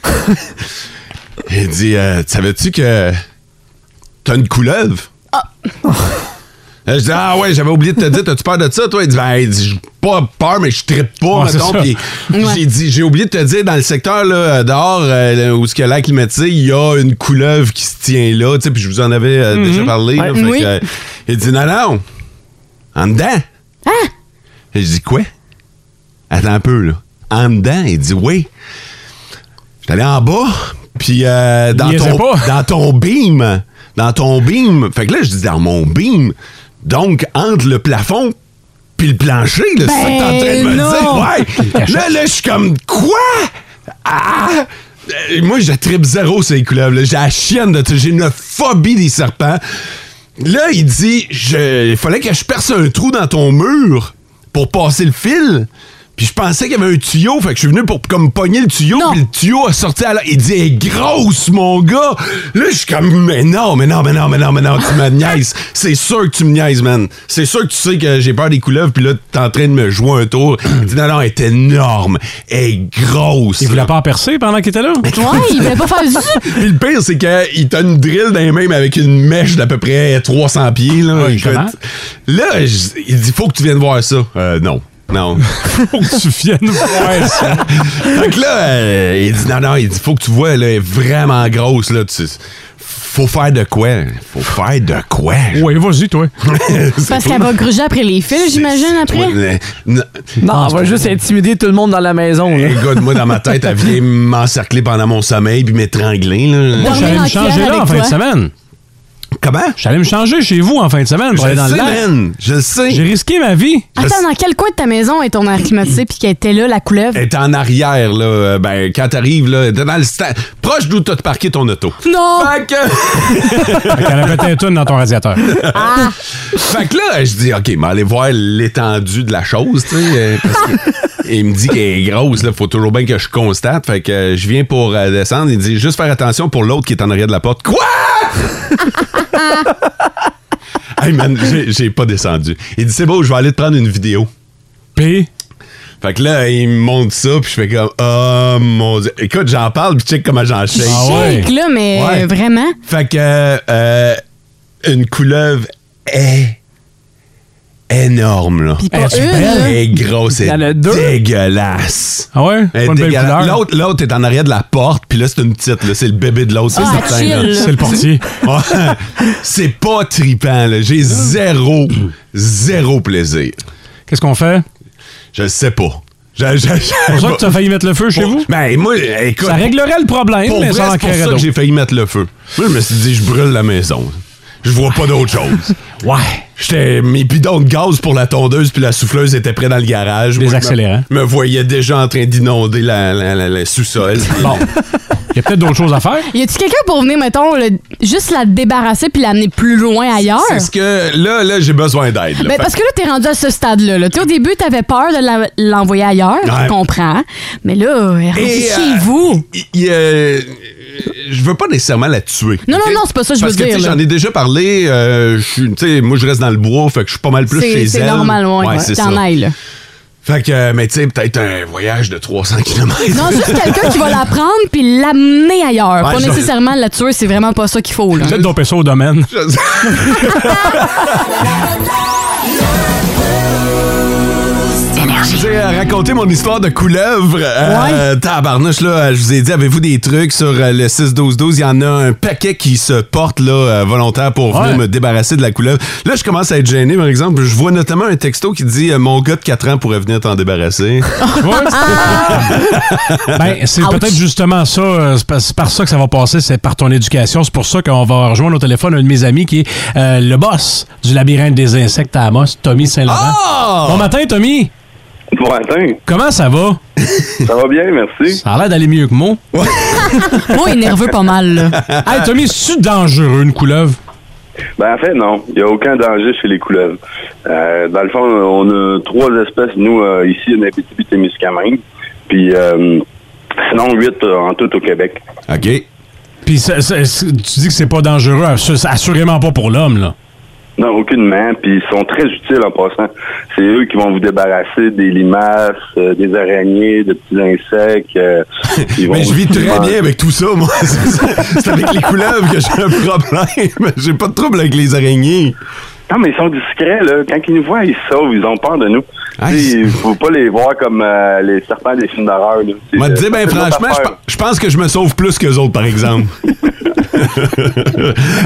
Speaker 3: [LAUGHS] il dit, euh, Tu savais-tu que t'as une couleuvre?
Speaker 6: Ah.
Speaker 3: Là, [LAUGHS] Je dis, ah ouais, j'avais oublié de te dire, t'as-tu peur de ça, toi? Il dit, ben, il dit, j'ai pas peur, mais je trippe pas,
Speaker 6: Ouais,
Speaker 3: mettons.
Speaker 6: c'est ça.
Speaker 3: Puis j'ai dit, j'ai oublié de te dire, dans le secteur, là, dehors, euh, où ce que l'air climatisé, il y a une couleuvre qui se tient là, tu sais, puis je vous en avais euh,
Speaker 6: Mhm.
Speaker 3: déjà parlé. là,
Speaker 6: Ouais.
Speaker 3: fait que,
Speaker 6: Oui.
Speaker 3: euh, il dit, non, non, en dedans. Et je dis, quoi? Attends un peu, là. En dedans, il dit, oui. J'étais allé en bas, puis euh, dans,
Speaker 6: Niaisez
Speaker 3: ton,
Speaker 6: pas.
Speaker 3: dans ton beam, dans ton beam, fait que là, je dis dans mon beam, donc entre le plafond puis le plancher, là, c'est ça que t'es en train de
Speaker 10: Ben
Speaker 3: me
Speaker 10: non.
Speaker 3: dire, ouais. là, là, je suis comme, quoi? Ah! Euh, Moi, je tripe zéro sur les couleuvres, là. j'ai la chienne de, j'ai une phobie des serpents. Là, il dit, je- il fallait que je perce un trou dans ton mur pour passer le fil. Puis je pensais qu'il y avait un tuyau, fait que je suis venu pour comme pogner le tuyau, puis le tuyau a sorti à la... Il dit, Elle est grosse, mon gars! Là, je suis comme, mais non, mais non, mais non, mais non, mais non, tu me niaises. C'est sûr que tu me niaises, man. C'est sûr que tu sais que j'ai peur des couleuvres, puis là, t'es en train de me jouer un tour. Il dit, non, non, elle est énorme. Elle est grosse. Il voulait
Speaker 6: pas en percer pendant qu'il était là?
Speaker 4: Ouais, il voulait pas faire du-
Speaker 3: Puis le pire, c'est qu'il t'a une drill dans les mains mais avec une mèche d'à peu près 300 pieds. Là, Écoute, là je- il dit faut que tu viennes voir ça. Euh, non. Non.
Speaker 6: [LAUGHS] Faut que tu viennes
Speaker 3: [LAUGHS]
Speaker 6: voir ça.
Speaker 3: fait que là, euh, il dit non, non, il dit faut que tu vois, là, elle est vraiment grosse. Là, tu- faut faire de quoi? Faut faire de quoi?
Speaker 6: Oui, vas-y, toi.
Speaker 4: Parce qu'elle va gruger après les fils, j'imagine, après.
Speaker 3: Non,
Speaker 5: Non, on va juste intimider tout le monde dans la maison. là.
Speaker 3: Écoute, moi, dans ma tête, elle vient m'encercler pendant mon sommeil puis m'étrangler. là.
Speaker 6: Moi, j'allais me changer là en fin de semaine.
Speaker 3: Comment?
Speaker 6: J'allais me changer chez vous en fin de semaine pour
Speaker 3: Je
Speaker 6: aller dans
Speaker 3: le
Speaker 6: le
Speaker 3: sais,
Speaker 6: lac.
Speaker 3: man. Je le sais.
Speaker 6: J'ai risqué ma vie.
Speaker 4: Attends, dans quel coin de ta maison est ton air climatisé puis qu'elle était là, la couleuvre?
Speaker 3: Elle est en arrière, là. Euh, Ben, quand t'arrives, là, elle était dans le stand. Proche d'où t'as parqué ton auto.
Speaker 4: Non!
Speaker 3: Fait que...
Speaker 6: Fait qu'elle a pété un toune dans
Speaker 3: [LAUGHS]
Speaker 6: ton radiateur.
Speaker 3: fait que là, je dis, OK, mais allez voir l'étendue de la chose, tu sais. euh, parce que- il me dit qu'elle est grosse, là. Faut toujours bien que je constate. Fait que euh, je viens pour euh, descendre. Il dit, juste faire attention pour l'autre qui est en arrière de la porte. Quoi? hey, man, j'ai- j'ai pas descendu. Il dit, c'est beau, je vais aller te prendre une vidéo.
Speaker 6: Puis?
Speaker 3: Fait que là, il me montre ça, puis je fais comme, oh mon dieu. Écoute, j'en parle, puis check comment j'en shake.
Speaker 4: Shake, là, mais euh,
Speaker 3: Ouais.
Speaker 4: vraiment.
Speaker 3: Fait que euh, une couleuvre est énorme là.
Speaker 4: pas Elle est-tu une,
Speaker 3: [LAUGHS]
Speaker 4: belle? là?
Speaker 3: Elle est grosse, elle est dégueulasse.
Speaker 6: Ah ouais?
Speaker 3: hein? Elle est
Speaker 6: Pas une belle
Speaker 3: dégueulasse.
Speaker 6: couleur?
Speaker 3: L'autre, l'autre est en arrière de la porte, puis là c'est une petite, là, c'est le bébé de l'autre, c'est
Speaker 6: Ah,
Speaker 3: certain.
Speaker 6: chill,
Speaker 3: là.
Speaker 6: là. C'est le portier.
Speaker 3: Ouais. c'est pas tripant, là. J'ai zéro, zéro plaisir.
Speaker 6: Qu'est-ce qu'on fait?
Speaker 3: Je le sais pas. Je, je,
Speaker 6: C'est pour ça que tu as failli mettre le feu chez vous?
Speaker 3: Ben, moi, écoute.
Speaker 6: Ça réglerait le problème,
Speaker 3: Pour
Speaker 6: mais
Speaker 3: vrai,
Speaker 6: ça en
Speaker 3: c'est pour
Speaker 6: créerait
Speaker 3: ça que
Speaker 6: d'autres.
Speaker 3: j'ai failli mettre le feu. Moi, je me suis dit, je brûle la maison. je vois pas d'autre chose.
Speaker 6: [LAUGHS] Ouais.
Speaker 3: J'étais mes bidons de gaz pour la tondeuse puis la souffleuse était près dans le garage.
Speaker 6: Des
Speaker 3: Moi, je me-
Speaker 6: accélérants.
Speaker 3: Me voyais déjà en train d'inonder la, la- la- le sous-sol.
Speaker 6: [LAUGHS] Bon. Il y a peut-être d'autres choses à faire.
Speaker 4: Y a-tu quelqu'un pour venir, mettons, le- juste la débarrasser puis l'amener plus loin ailleurs?
Speaker 3: C'est ce que là, là, j'ai besoin d'aide. là.
Speaker 4: Ben,
Speaker 3: Fait-
Speaker 4: parce que là, t'es rendu à ce stade-là. là. Tu sais, Au début, t'avais peur de la- l'envoyer ailleurs,
Speaker 3: Ouais.
Speaker 4: je comprends. Mais là, elle est rendue
Speaker 3: Et,
Speaker 4: chez
Speaker 3: euh,
Speaker 4: vous.
Speaker 3: il- il, euh, je veux pas nécessairement la tuer.
Speaker 4: Non, non,
Speaker 3: Ok?
Speaker 4: non, c'est pas ça que je veux
Speaker 3: Parce que
Speaker 4: dire,
Speaker 3: tu sais,
Speaker 4: là.
Speaker 3: j'en ai déjà parlé. euh, je suis- tu sais, moi, je reste dans le bois, fait que je suis pas mal plus
Speaker 4: C'est
Speaker 3: chez
Speaker 4: c'est
Speaker 3: elle.
Speaker 4: normal, ouais, ouais,
Speaker 3: c'est
Speaker 4: t'en
Speaker 3: ça.
Speaker 4: ailles, là.
Speaker 3: Fait que, euh, mais tu sais, peut-être un voyage de 300 km. [LAUGHS]
Speaker 4: Non, juste quelqu'un qui va la prendre puis l'amener ailleurs.
Speaker 3: Ouais,
Speaker 4: pas
Speaker 3: je-
Speaker 4: nécessairement la tuer, c'est vraiment pas ça qu'il faut. Là.
Speaker 6: Peut-être domper ça au domaine.
Speaker 3: J'ai euh, raconté mon histoire de couleuvre. Euh, Tabarnouche, là, euh, je vous ai dit, avez-vous des trucs sur euh, le 6-12-12? Il y en a un paquet qui se porte là, euh, volontaire pour venir
Speaker 6: Ouais.
Speaker 3: me débarrasser de la couleuvre. Là, je commence à être gêné, par exemple. Je vois notamment un texto qui dit euh, Mon gars de 4 ans pourrait venir t'en débarrasser.
Speaker 6: Ben, c'est peut-être justement ça, euh, c'est par- c'est par ça que ça va passer, c'est par ton éducation. C'est pour ça qu'on va rejoindre au téléphone un de mes amis qui est euh, le boss du labyrinthe des insectes à Amos, Tommy Saint-Laurent.
Speaker 3: Ah!
Speaker 6: Bon matin, Tommy!
Speaker 11: Bon matin.
Speaker 6: Comment ça va?
Speaker 11: Ça va bien, merci.
Speaker 6: Ça a l'air d'aller mieux
Speaker 3: [LAUGHS]
Speaker 6: que moi.
Speaker 4: Moi, il est nerveux pas mal. là.
Speaker 6: Hey, Tommy, c'est-tu dangereux, une couleuvre?
Speaker 11: Ben, en fait, non. Il n'y a aucun danger chez les couleuvres. Euh, dans le fond, on a trois espèces, nous, euh, ici, en Abitibi-Témiscamingue. Puis, euh, sinon, huit euh, en tout au Québec.
Speaker 3: OK.
Speaker 6: Puis ça- ça- c'est- tu dis que c'est pas dangereux, assu- assurément pas pour l'homme, là.
Speaker 11: Non, aucunement. Puis, ils sont très utiles en passant. C'est eux qui vont vous débarrasser des limaces, euh, des araignées, de petits
Speaker 3: [LAUGHS]
Speaker 11: insectes. euh, ils vont
Speaker 3: Mais je
Speaker 11: vous-
Speaker 3: vis très bien avec tout ça, moi. [LAUGHS] C'est ça. C'est avec les couleuvres que j'ai un problème. [LAUGHS] J'ai pas de trouble avec les araignées.
Speaker 11: Non, mais ils sont discrets, là. Quand ils nous voient, ils se sauvent. Ils ont peur de nous. Tu sais, Il faut pas les voir comme euh, les serpents des films d'horreur. là. C'est,
Speaker 3: Moi,
Speaker 11: euh,
Speaker 3: te dire, ben
Speaker 11: c'est une autre
Speaker 3: franchement, je
Speaker 11: affaire.
Speaker 3: pe- je pense que je me sauve plus qu'eux autres, par
Speaker 11: [LAUGHS]
Speaker 3: exemple.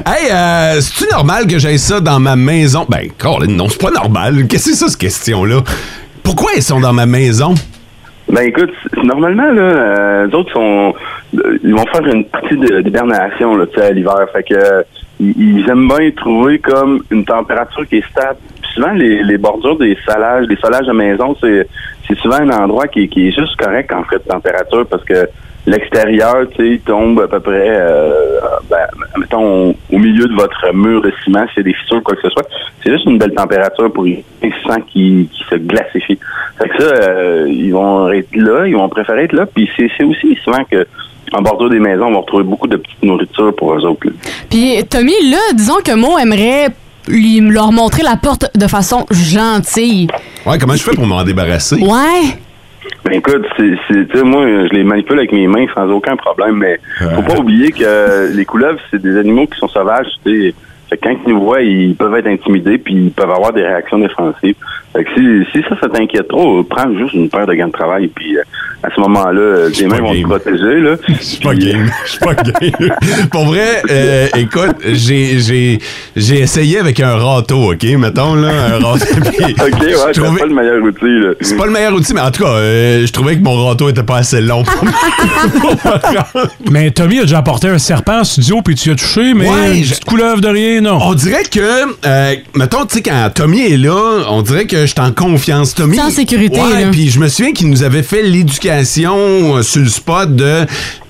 Speaker 3: hey, euh, c'est-tu normal que j'aie ça dans ma maison? Ben, Colin, non, c'est pas normal. Qu'est-ce que c'est ça, cette question-là? Pourquoi ils sont dans ma maison?
Speaker 11: Ben écoute, c'est- normalement, là, euh, les autres sont. euh, Ils vont faire une partie de- d'hibernation là, tu sais, à l'hiver. Fait que euh, ils- ils aiment bien trouver comme une température qui est stable. Puis souvent, les, les bordures des salages, des salages à maison, c'est c'est souvent un endroit qui, qui est juste correct en fait de température parce que l'extérieur, tu sais, il tombe à peu près euh, ben, mettons au milieu de votre mur de ciment, s'il y a des fissures, quoi que ce soit. C'est juste une belle température pour y- sans qui, qui se glacifie. Fait que ça, euh, ils vont être là, ils vont préférer être là. Puis c'est c'est aussi souvent que en bordure des maisons, on va retrouver beaucoup de petites nourritures pour eux autres. là.
Speaker 4: Puis Tommy, là, disons que Mo aimerait lui, leur montrer la porte de façon gentille.
Speaker 3: Ouais, comment je fais pour m'en débarrasser?
Speaker 4: Ouais.
Speaker 11: Ben écoute, c'est, c'est, tu sais, moi, je les manipule avec mes mains sans aucun problème, mais faut pas oublier que les couleuvres, c'est des animaux qui sont sauvages, tu sais. Fait que quand ils nous voient, ils peuvent être intimidés, puis ils peuvent avoir des réactions défensives. Fait que si, si ça, ça t'inquiète trop, euh, prends juste une paire de gants de travail, puis euh, à ce moment-là, euh, tes mains vont te protéger, là.
Speaker 3: Je suis pas game. Je suis pas game. Pour vrai, euh, écoute, j'ai, j'ai, j'ai essayé avec un râteau, OK? Mettons, là, un
Speaker 11: [LAUGHS]
Speaker 3: râteau. puis
Speaker 11: [LAUGHS] OK, ouais,
Speaker 3: je
Speaker 11: c'est
Speaker 3: trouvais-
Speaker 11: pas le meilleur outil, là.
Speaker 3: C'est pas le meilleur outil, mais en tout cas, euh, je trouvais que mon râteau était pas assez long
Speaker 11: [LAUGHS]
Speaker 3: pour
Speaker 6: Mais Tommy a déjà apporté un serpent en studio, puis tu y as touché, mais
Speaker 3: Ouais,
Speaker 6: une
Speaker 3: je-
Speaker 6: petite couleuvre de rien, non.
Speaker 3: On dirait que, euh, mettons, tu sais, quand Tommy est là, on dirait que je suis en confiance. Tommy.
Speaker 4: T'es en sécurité,
Speaker 3: Ouais,
Speaker 4: là.
Speaker 3: puis je me souviens qu'il nous avait fait l'éducation euh, sur le spot de.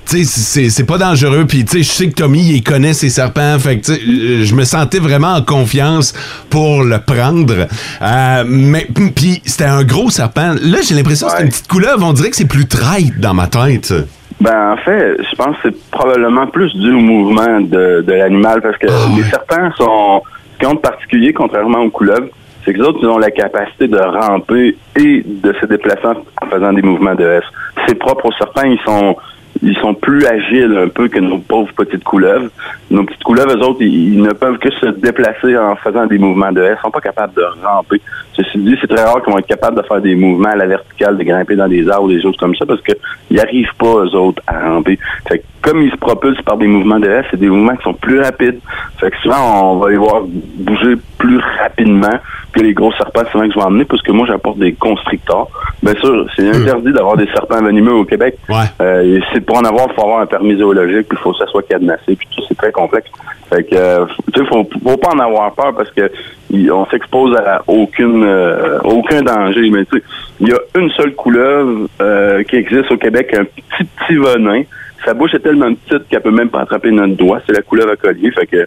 Speaker 3: Tu sais, c'est- c'est pas dangereux. Puis, tu sais, je sais que Tommy, il connaît ses serpents. Fait que, tu sais, euh, je me sentais vraiment en confiance pour le prendre. Euh, mais, puis, c'était un gros serpent. Là, j'ai l'impression que c'est une petite couleuvre. On dirait que c'est plus traite dans ma tête.
Speaker 11: Ben, en fait, je pense que c'est probablement plus dû au mouvement de, de l'animal parce que les serpents sont, ce qu'ils ont de particulier, contrairement aux couleuvres, c'est que les autres, ils ont la capacité de ramper et de se déplacer en faisant des mouvements de S. C'est propre aux serpents, ils sont, ils sont plus agiles un peu que nos pauvres petites couleuvres. Nos petites couleuvres, eux autres, ils, ils ne peuvent que se déplacer en faisant des mouvements de S. Ils sont pas capables de ramper. Ceci dit, c'est très rare qu'ils vont être capables de faire des mouvements à la verticale, de grimper dans des arbres, des choses comme ça, parce qu'ils n'arrivent pas, eux autres, à ramper. Fait que comme ils se propulsent par des mouvements de S, c'est des mouvements qui sont plus rapides. Fait que souvent, on va les voir bouger plus rapidement que les gros serpents souvent que je vais emmener, parce que moi, j'apporte des constricteurs. Bien sûr, c'est interdit d'avoir des serpents venimeux au Québec. Euh, et c'est pour en avoir, il faut avoir un permis zoologique, puis il faut que ça soit cadenassé, puis tout, c'est très complexe. Fait que, euh, tu sais, faut, faut pas en avoir peur parce que y- on s'expose à aucune, euh, aucun danger. Mais tu sais, il y a une seule couleuvre euh, qui existe au Québec, un petit petit venin. Sa bouche est tellement petite qu'elle peut même pas attraper notre doigt. C'est la couleuvre à collier. Fait que,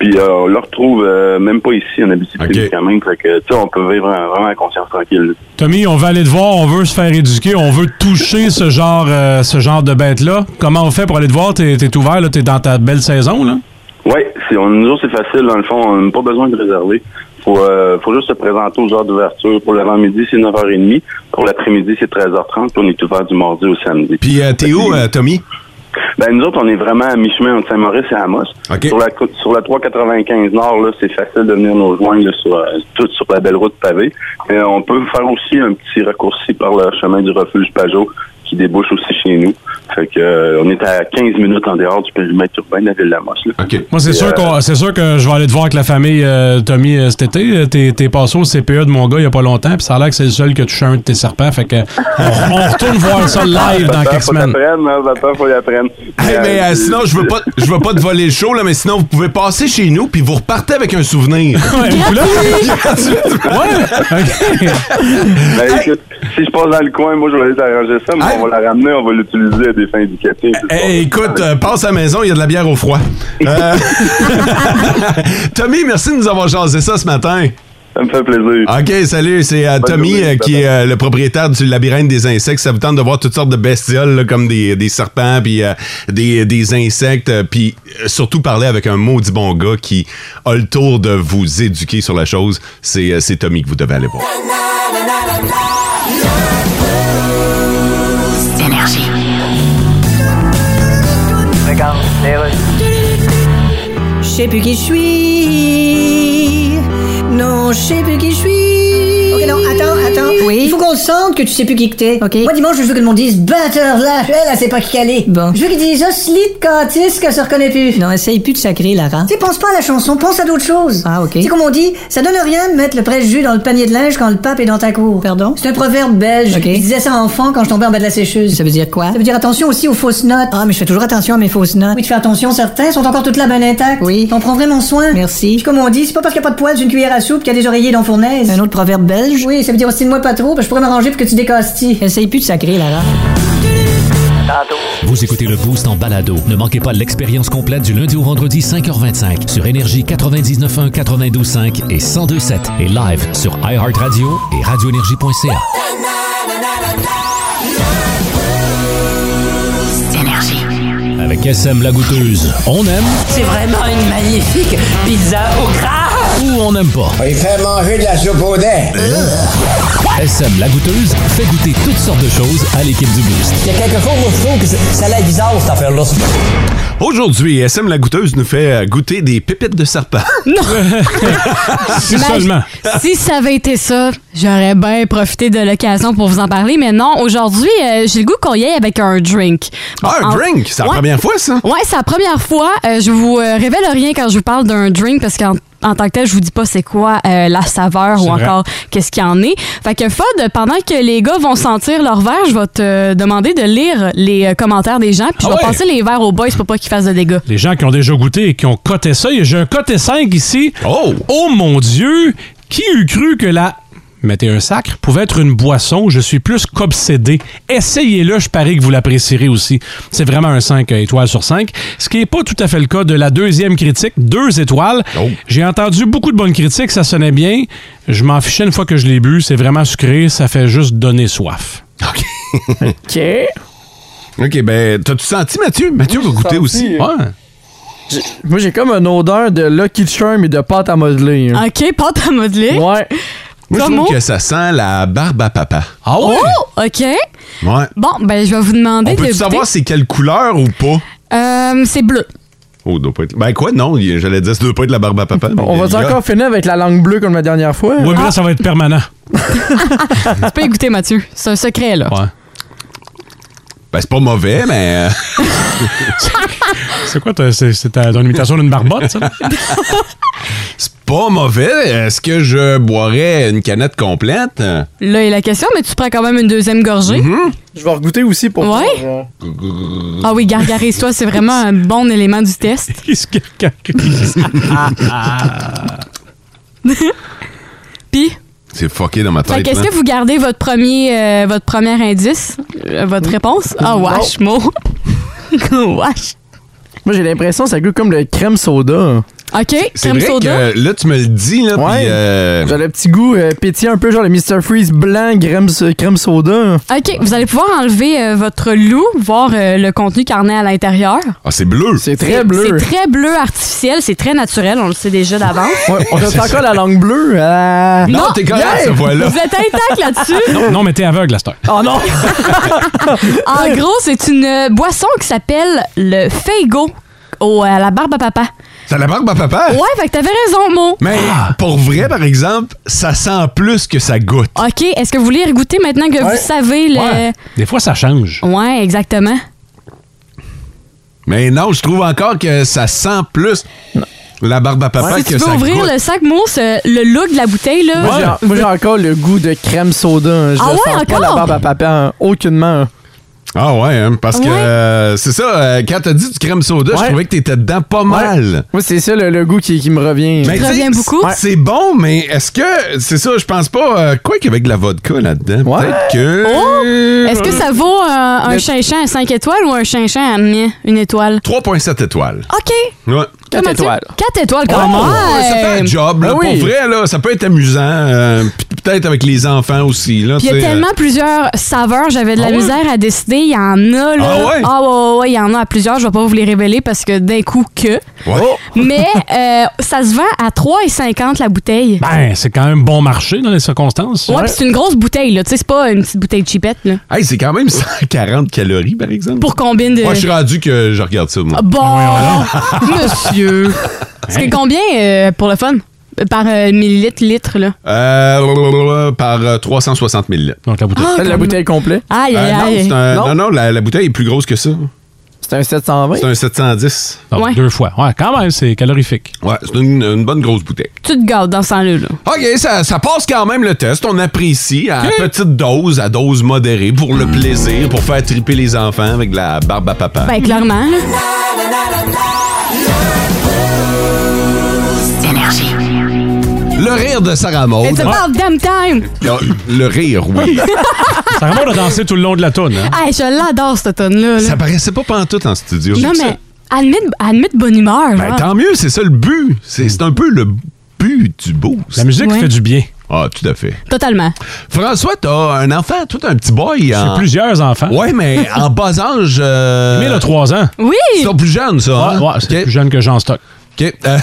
Speaker 11: puis euh, on le retrouve euh, même pas ici en Abitibi quand même. Fait que, tu sais, on peut vivre en- vraiment en conscience tranquille.
Speaker 6: Tommy, on va aller te voir, on veut se faire éduquer, on veut toucher ce genre, euh, ce genre de bête-là. Comment on fait pour aller te voir? T'es t'es ouvert, là, t'es dans ta belle saison, là?
Speaker 11: Oui, c'est, on, nous autres, c'est facile. Dans le fond, on n'a pas besoin de réserver. Faut, euh, faut juste se présenter aux heures d'ouverture. Pour l'avant-midi, c'est 9h30. Pour l'après-midi, c'est 13h30. puis on est ouvert du mardi au samedi.
Speaker 3: Puis, euh, t'es où, Tommy?
Speaker 11: Ben, nous autres, on est vraiment à mi-chemin entre Saint-Maurice et Amos. Sur la côte- sur la 395 Nord, là, c'est facile de venir nous rejoindre là, sur, euh, tout sur la belle route pavée. Euh, on peut faire aussi un petit raccourci par le chemin du refuge Pajot qui débouche aussi chez nous. Fait que, euh, on est à 15 minutes en dehors du périmètre urbain de la ville d'Amos. là.
Speaker 6: Moi, c'est
Speaker 11: Et,
Speaker 6: sûr,
Speaker 11: euh,
Speaker 6: qu'on- c'est sûr que je vais aller te voir avec la famille euh, Tommy euh, cet été. Euh, T'es, t'es passé au CPE de mon gars il n'y a pas longtemps, puis ça a l'air que c'est le seul qui a touché un de tes serpents. Fait que on, on retourne voir ça
Speaker 11: [LAUGHS]
Speaker 6: live dans
Speaker 11: Papa,
Speaker 6: quelques
Speaker 11: Ah, faut
Speaker 6: semaines.
Speaker 11: l'apprendre, hein, papa, faut l'apprendre.
Speaker 3: Hey, mais euh, sinon, je veux pas, je veux pas te voler le show, là, mais sinon, vous pouvez passer chez nous, puis vous repartez avec un souvenir.
Speaker 6: Ouais, vous voulez? ouais,
Speaker 11: Ben, écoute, si je passe dans le coin, moi, je vais aller t'arranger ça, mais on va la ramener, on va l'utiliser à des fins éducatives.
Speaker 3: Hey, écoute, euh, passe à la maison, il y a de la bière au froid. Euh, [LAUGHS] Tommy, merci de nous avoir jasé ça ce matin.
Speaker 11: Ça me fait plaisir.
Speaker 3: OK, salut, c'est euh, Tommy euh, qui est euh, le propriétaire du labyrinthe des insectes. Ça vous tente de voir toutes sortes de bestioles là, comme des, des serpents puis euh, des, des insectes euh, puis euh, surtout parler avec un maudit bon gars qui a le tour de vous éduquer sur la chose. C'est euh, c'est Tommy que vous devez aller voir.
Speaker 10: Énergie.
Speaker 12: Regarde, les rues.
Speaker 13: Je sais plus qui je suis. Non, je sais plus qui je suis. Ok, non, attends, attends. Oui. Il faut qu'on sente que tu sais plus qui que t'es. Ok. Moi, dimanche, je veux que le monde dise batteur là. Elle, elle sait pas qui elle est. Bon. Je veux qu'ils disent Oslit Cantis qu'elle se reconnaît plus. Non, essaye plus de sacrer, Lara. Tu sais, pense pas à la chanson, pense à d'autres choses. Ah, ok. C'est comme on dit, ça donne rien de mettre le presse-jus dans le panier de linge quand le pape est dans ta cour. Pardon? C'est un proverbe belge. Je disais ça enfant quand je tombais en bas de la sécheuse. Ça veut dire quoi? Ça veut dire attention aussi aux fausses notes. Ah, mais je fais toujours attention à mes fausses notes. Oui, tu fais attention, certains sont encore toute la bonne intacte. Oui. T'en prends vraiment soin. Merci. Puis comme on dit, c'est pas parce qu'il n'y a pas de poils d'une cuillère à soupe qu'il y a des oreillers dans la fournaise. Un autre proverbe belge? Oui, ça veut dire aussi de moi pas trop, parce que je pourrais m'arranger pour que tu décastilles. Essaye plus de sacrer, Lara.
Speaker 1: Vous écoutez le Boost en balado. Ne manquez pas l'expérience complète du lundi au vendredi 5h25 sur Énergie 99.1, 92.5 et 102.7 et live sur iHeartRadio et radioénergie.ca.
Speaker 10: Énergie.
Speaker 1: Avec SM la goûteuse, on aime
Speaker 12: C'est vraiment une magnifique pizza au gras.
Speaker 1: ou on n'aime pas.
Speaker 9: Il fait manger de la soupe au dent.
Speaker 1: SM la goûteuse fait goûter toutes sortes de choses à l'équipe du Boost.
Speaker 12: Il y a quelque chose, moi, je trouve que c'est- ça a l'air bizarre, cette affaire-là.
Speaker 3: Aujourd'hui, SM la goûteuse nous fait euh, goûter des pépites de serpent.
Speaker 4: Non!
Speaker 3: si
Speaker 4: Imagine- si ça avait été ça, j'aurais bien profité de l'occasion pour vous en parler, mais non, aujourd'hui, euh, j'ai le goût qu'on y aille avec un drink. Bon,
Speaker 3: Ah, un
Speaker 4: en-
Speaker 3: drink! C'est la
Speaker 4: Ouais.
Speaker 3: première fois,
Speaker 4: [LAUGHS]
Speaker 3: ça?
Speaker 4: Ouais, c'est la première fois. Euh, je vous euh, révèle rien quand je vous parle d'un drink parce qu'en en tant que tel, je vous dis pas c'est quoi euh, la saveur ou
Speaker 14: vrai.
Speaker 4: encore qu'est-ce qu'il y en est. Fait que Fod, pendant que les gars vont sentir leur verre, je vais te euh, demander de lire les euh, commentaires des gens, puis je
Speaker 6: Ah
Speaker 4: vais
Speaker 6: ouais?
Speaker 4: passer les verres aux boys pour pas qu'ils fassent de dégâts.
Speaker 6: Les gens qui ont déjà goûté et qui ont coté ça, j'ai un coté 5 ici. Oh! Oh mon Dieu! Qui eût cru que la. Mettez un sacre, pouvait être une boisson. Je suis plus qu'obsédé. Essayez-le, je parie que vous l'apprécierez aussi. C'est vraiment un 5 étoiles sur 5. Ce qui n'est pas tout à fait le cas de la deuxième critique, deux étoiles.
Speaker 3: Oh!
Speaker 6: J'ai entendu beaucoup de bonnes critiques, ça sonnait bien. Je m'en fichais une fois que je l'ai bu. C'est vraiment sucré, ça fait juste donner soif. OK.
Speaker 5: OK.
Speaker 3: OK, ben, t'as-tu senti, Mathieu? Mathieu va goûter
Speaker 5: senti,
Speaker 3: aussi.
Speaker 5: euh, J'ai- Moi, j'ai comme une odeur de Lucky Charm et de pâte à modeler. hein.
Speaker 4: Ah, OK, pâte à modeler.
Speaker 5: Ouais.
Speaker 3: Moi, je
Speaker 4: Comment?
Speaker 3: trouve que ça sent la barbe à papa.
Speaker 6: Ah
Speaker 4: Oh, OK.
Speaker 3: Ouais.
Speaker 4: Bon, ben, je vais vous demander
Speaker 3: On
Speaker 4: de.
Speaker 3: peut
Speaker 4: goûter.
Speaker 3: savoir c'est quelle couleur ou pas?
Speaker 4: Euh, c'est bleu.
Speaker 3: Oh, doit pas être... Ben quoi, non, il- j'allais dire, ça doit pas être la barbe à papa.
Speaker 5: On va encore finir avec la langue bleue comme la dernière fois.
Speaker 6: Oui, mais là, ça va être permanent.
Speaker 4: tu
Speaker 3: [LAUGHS]
Speaker 4: peux y goûter, Mathieu. C'est un secret, là.
Speaker 3: Ben, c'est pas mauvais, mais... euh, [LAUGHS]
Speaker 6: C'est quoi, ta- c'est c'est ta- ton imitation d'une barbotte, ça?
Speaker 3: [LAUGHS] c'est pas mauvais. Est-ce que je boirais une canette complète?
Speaker 4: Là est la question, mais tu prends quand même une deuxième gorgée.
Speaker 3: Mm-hmm.
Speaker 5: Je vais regoûter aussi pour euh,
Speaker 4: Ouais.
Speaker 5: pouvoir,
Speaker 4: Ah oui, gargarise-toi, c'est vraiment un bon élément du test. [LAUGHS] Puis,
Speaker 3: C'est fucké dans ma
Speaker 4: fait
Speaker 3: tête.
Speaker 4: qu'est-ce
Speaker 3: là.
Speaker 4: que vous gardez votre premier, euh, votre premier indice, euh, votre réponse? Ah, wesh, mot. [LAUGHS] wesh.
Speaker 5: Moi, j'ai l'impression que ça goûte comme le crème soda.
Speaker 4: OK,
Speaker 3: C'est
Speaker 4: crème
Speaker 3: vrai
Speaker 4: soda.
Speaker 3: que euh, là, tu me le dis, là,
Speaker 5: Ouais.
Speaker 3: puis, euh,
Speaker 5: J'ai le petit goût euh, pétillant un peu, genre le Mr. Freeze blanc, crème, so- crème soda.
Speaker 4: OK, vous allez pouvoir enlever euh, votre loup, voir euh, le contenu carnet à l'intérieur.
Speaker 3: Ah, c'est bleu.
Speaker 5: C'est très bleu.
Speaker 4: C'est très bleu artificiel, c'est très naturel, on le sait déjà d'avance.
Speaker 5: [LAUGHS] Ouais, on a encore la langue bleue. euh.
Speaker 3: Non, t'es correct,
Speaker 5: Yeah!
Speaker 3: ce fois-là.
Speaker 4: Vous êtes intact là-dessus?
Speaker 6: Non, non, mais t'es aveugle à cette heure.
Speaker 5: Oh non!
Speaker 4: En gros, c'est une euh, boisson qui s'appelle le Faygo au- à la barbe à papa.
Speaker 3: T'as la barbe à papa?
Speaker 4: Ouais, Ah. fait que t'avais raison, Mo.
Speaker 3: Mais pour vrai, par exemple, ça sent plus que ça goûte.
Speaker 4: OK, est-ce que vous voulez goûter maintenant que vous savez le...
Speaker 6: Ouais.
Speaker 4: Ouais,
Speaker 6: Des fois, ça change.
Speaker 4: exactement.
Speaker 3: Mais non, je trouve encore que ça sent plus la barbe à papa
Speaker 4: si
Speaker 3: que
Speaker 4: tu veux
Speaker 3: ça
Speaker 4: ouvrir
Speaker 3: goûte.
Speaker 4: le sac, Mo, ce- le look de la bouteille, là...
Speaker 5: [LAUGHS] Moi, j'ai- Moi, j'ai encore le goût de crème soda. hein. Je
Speaker 4: Ah
Speaker 5: le
Speaker 4: ouais,
Speaker 5: sens pas
Speaker 4: encore?
Speaker 5: la barbe à papa, hein. aucunement. hein.
Speaker 3: Ah ouais, hein, parce que
Speaker 5: Ouais.
Speaker 3: euh, c'est ça, euh, quand t'as dit du crème soda, je
Speaker 5: Ouais.
Speaker 3: trouvais que t'étais dedans pas mal.
Speaker 5: Moi, c'est ça le, le goût qui, qui me revient.
Speaker 3: Mais tu sais,
Speaker 4: revient beaucoup.
Speaker 3: c'est- C'est bon, mais est-ce que. C'est ça, je pense pas. euh, quoi qu'avec de la vodka là-dedans, peut-être que.
Speaker 4: Est-ce que ça vaut euh, un
Speaker 3: Le-
Speaker 4: chinchin à 5 étoiles ou un chinchin à mi- une étoile?
Speaker 3: 3,7 étoiles.
Speaker 4: OK.
Speaker 3: Ouais.
Speaker 4: 4 étoiles. 4 étoiles, quand
Speaker 3: Oh,
Speaker 4: même.
Speaker 3: ça fait un job, là,
Speaker 4: Ah oui.
Speaker 3: pour vrai, là, ça peut être amusant, euh, p- peut-être avec les enfants aussi. Là,
Speaker 4: Puis il
Speaker 3: tu
Speaker 4: y a
Speaker 3: sais, euh,
Speaker 4: tellement plusieurs saveurs, j'avais de la
Speaker 3: Ah ouais?
Speaker 4: misère à décider. Il y en a, là.
Speaker 3: Ah ouais?
Speaker 4: ouais, ouais, il y en a à plusieurs. Je vais pas vous les révéler parce que d'un coup que.
Speaker 3: ouais.
Speaker 4: Oh.
Speaker 3: [LAUGHS]
Speaker 4: Mais euh, ça se vend à 3,50 la bouteille.
Speaker 3: Bah,
Speaker 6: Ben, c'est quand même bon marché dans les circonstances.
Speaker 4: ouais, puis c'est une grosse bouteille, là. Tu sais, c'est pas une petite bouteille chipette, là.
Speaker 3: Hey, c'est quand même 140 calories, par exemple.
Speaker 4: Pour combine de.
Speaker 3: Moi, je suis rendu que je regarde ça, moi.
Speaker 4: Ah, Bon, [LAUGHS] monsieur.
Speaker 3: Hein?
Speaker 4: C'est combien euh, pour le fun? Par euh, millilitre, litre, là.
Speaker 3: Euh, par euh, 360 000 litres. Euh,
Speaker 6: Donc, la bouteille.
Speaker 4: Ah,
Speaker 5: La
Speaker 4: comme-
Speaker 5: bouteille complète.
Speaker 4: Aïe, aïe,
Speaker 3: non,
Speaker 4: aïe.
Speaker 3: c'est un-
Speaker 5: Non.
Speaker 3: non, non, la, la bouteille est plus grosse que ça.
Speaker 5: C'est un 720.
Speaker 3: C'est un 710.
Speaker 6: Donc,
Speaker 4: Ah, Ouais.
Speaker 6: deux fois. Ouais, quand même, c'est calorifique.
Speaker 3: Ouais, c'est une, une bonne grosse bouteille.
Speaker 4: Tu te gardes dans ce sens-là, là.
Speaker 3: OK, ça, ça passe quand même le test. On apprécie à petite dose, à dose modérée, pour le plaisir, pour faire triper les enfants avec de la barbe à papa.
Speaker 4: Ben, clairement, là.
Speaker 10: Énergie.
Speaker 3: Le rire de Sarah Maud.
Speaker 4: It's about damn time!
Speaker 3: Ah, Le rire,
Speaker 6: [LAUGHS]
Speaker 3: oui.
Speaker 4: Ah,
Speaker 6: Ça remonte à danser tout le long de la toune. Hein?
Speaker 4: Hey, je l'adore, cette tonne-là.
Speaker 3: ça paraissait pas pantoute en studio.
Speaker 4: Non,
Speaker 3: J'ai vu
Speaker 4: mais admets, admets de bonne humeur.
Speaker 3: ça. Ben,
Speaker 4: là.
Speaker 3: tant mieux, c'est ça le but. C'est c'est un peu le but du
Speaker 6: La
Speaker 3: boost.
Speaker 6: musique
Speaker 4: Ouais.
Speaker 6: fait du bien.
Speaker 3: Ah, tout à fait.
Speaker 4: Totalement.
Speaker 3: François, t'as un enfant, tout un petit boy.
Speaker 6: J'ai
Speaker 3: en-
Speaker 6: plusieurs enfants.
Speaker 3: Ah. Ouais, mais en bas âge. euh,
Speaker 6: Mais il a trois ans.
Speaker 4: Oui!
Speaker 3: Ils sont plus jeunes, ça.
Speaker 6: Ouais,
Speaker 3: hein?
Speaker 6: ouais, c'est
Speaker 3: Ok,
Speaker 6: plus jeune que Jean Stock.
Speaker 3: ok. Euh,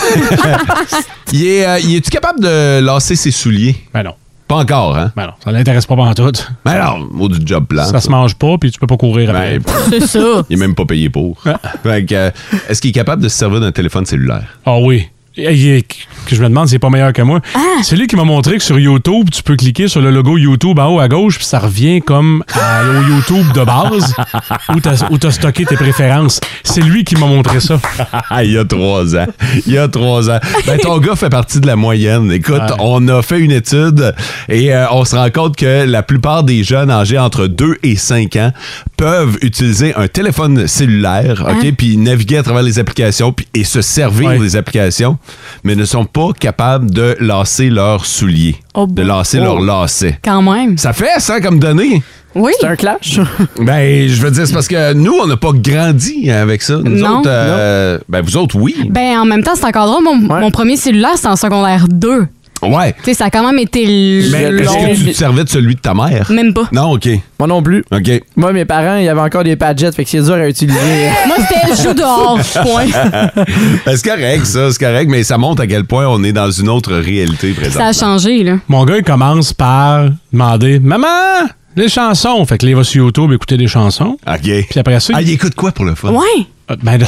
Speaker 3: [LAUGHS] il est, euh, il est-tu capable de lasser ses souliers?
Speaker 6: Ben non.
Speaker 3: Pas encore, hein?
Speaker 6: Ben non, ça l'intéresse pas pendant tout.
Speaker 3: Mais alors, mot du job plan.
Speaker 6: Ça se mange pas, puis tu peux pas courir
Speaker 3: Ah, Ben,
Speaker 6: avec.
Speaker 3: pff,
Speaker 4: C'est ça.
Speaker 3: il est même pas payé pour. Fait que, euh, est-ce qu'il est capable de se servir d'un téléphone cellulaire?
Speaker 6: Ah oui. Et- et- que je me demande s'il est pas meilleur que moi. C'est lui qui m'a montré que sur YouTube, tu peux cliquer sur le logo YouTube en haut à gauche, puis ça revient comme à- au YouTube de base, où t'as où t'as stocké tes préférences. C'est lui qui m'a montré ça.
Speaker 3: [LAUGHS] il y a trois ans. Il y a trois ans. Ben, ton gars fait partie de la moyenne. Écoute,
Speaker 6: Ouais.
Speaker 3: on a fait une étude et euh, on se rend compte que la plupart des jeunes âgés entre 2 et 5 ans peuvent utiliser un téléphone cellulaire, OK, puis naviguer à travers les applications puis, et se servir
Speaker 6: Ouais.
Speaker 3: des applications, mais ne sont pas capables de lasser leurs souliers,
Speaker 4: Oh,
Speaker 3: de
Speaker 4: bon.
Speaker 3: lasser leurs lacets.
Speaker 4: Quand même.
Speaker 3: Ça fait ça comme données.
Speaker 4: Oui.
Speaker 5: C'est un clash. [LAUGHS]
Speaker 3: Ben, je veux dire, c'est parce que nous, on n'a pas grandi avec ça. Nous
Speaker 4: Non.
Speaker 3: autres, euh, ben, vous autres, oui.
Speaker 4: Ben, en même temps, c'est encore drôle. Mon,
Speaker 5: Ouais.
Speaker 4: mon premier cellulaire, c'était en secondaire 2. Tu
Speaker 3: Ouais.
Speaker 4: sais, ça a quand même été l-
Speaker 3: Mais est-ce
Speaker 5: l'ont-
Speaker 3: que tu te servais de celui de ta mère?
Speaker 4: Même pas.
Speaker 3: Non, OK.
Speaker 5: Moi non plus.
Speaker 3: OK.
Speaker 5: Moi, mes parents, il y avait encore des padgets, fait que c'est dur à utiliser.
Speaker 4: Moi, c'était
Speaker 3: [LAUGHS]
Speaker 4: joue dehors. Point.
Speaker 3: Ben, c'est correct, ça, c'est correct, mais ça montre à quel point on est dans une autre réalité
Speaker 4: Ça
Speaker 3: présentement.
Speaker 4: a changé, là.
Speaker 6: Mon gars, il commence par demander Maman, les chansons. Fait que là, il va sur YouTube écouter des chansons.
Speaker 3: OK.
Speaker 6: Puis après ça,
Speaker 3: Ah,
Speaker 6: il-
Speaker 3: il écoute quoi pour le fun?
Speaker 4: Ouais.
Speaker 6: Euh, ben, le-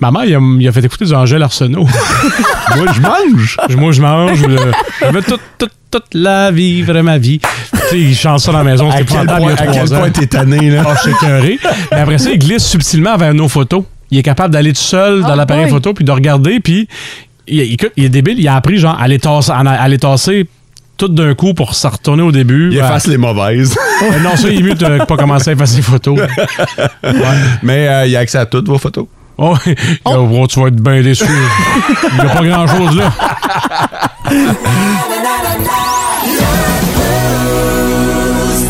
Speaker 6: Maman, il a, il a fait écouter du Angèle Arsenault.
Speaker 3: Moi, je mange.
Speaker 6: Je- Moi, je mange. euh, Je veux toute, toute, toute la vie, vraiment ma vie. Tu sais, il chante ça dans la maison.
Speaker 3: À
Speaker 6: C'était
Speaker 3: quel
Speaker 6: épouvantable il y
Speaker 3: point,
Speaker 6: a
Speaker 3: à quel
Speaker 6: trois ans.
Speaker 3: point t'es tanné,
Speaker 6: [LAUGHS]
Speaker 3: là?
Speaker 6: Ah, je suis écoeuré. Mais après ça, il glisse subtilement vers nos photos. Il est capable d'aller tout seul dans
Speaker 4: Oh
Speaker 6: l'appareil
Speaker 4: boy.
Speaker 6: photo, puis de regarder, puis il, il- écoute, il est débile, il a appris genre à les tasser, à les tasser tout d'un coup pour se retourner au début. Il
Speaker 3: efface les mauvaises. [LAUGHS]
Speaker 6: non, ça, il est mieux de pas commencer à effacer les photos.
Speaker 3: Mais euh, il y a accès à toutes vos photos.
Speaker 6: Oh, [LAUGHS] tu vas être bien [LAUGHS] déçu. Il n'y a pas grand-chose là.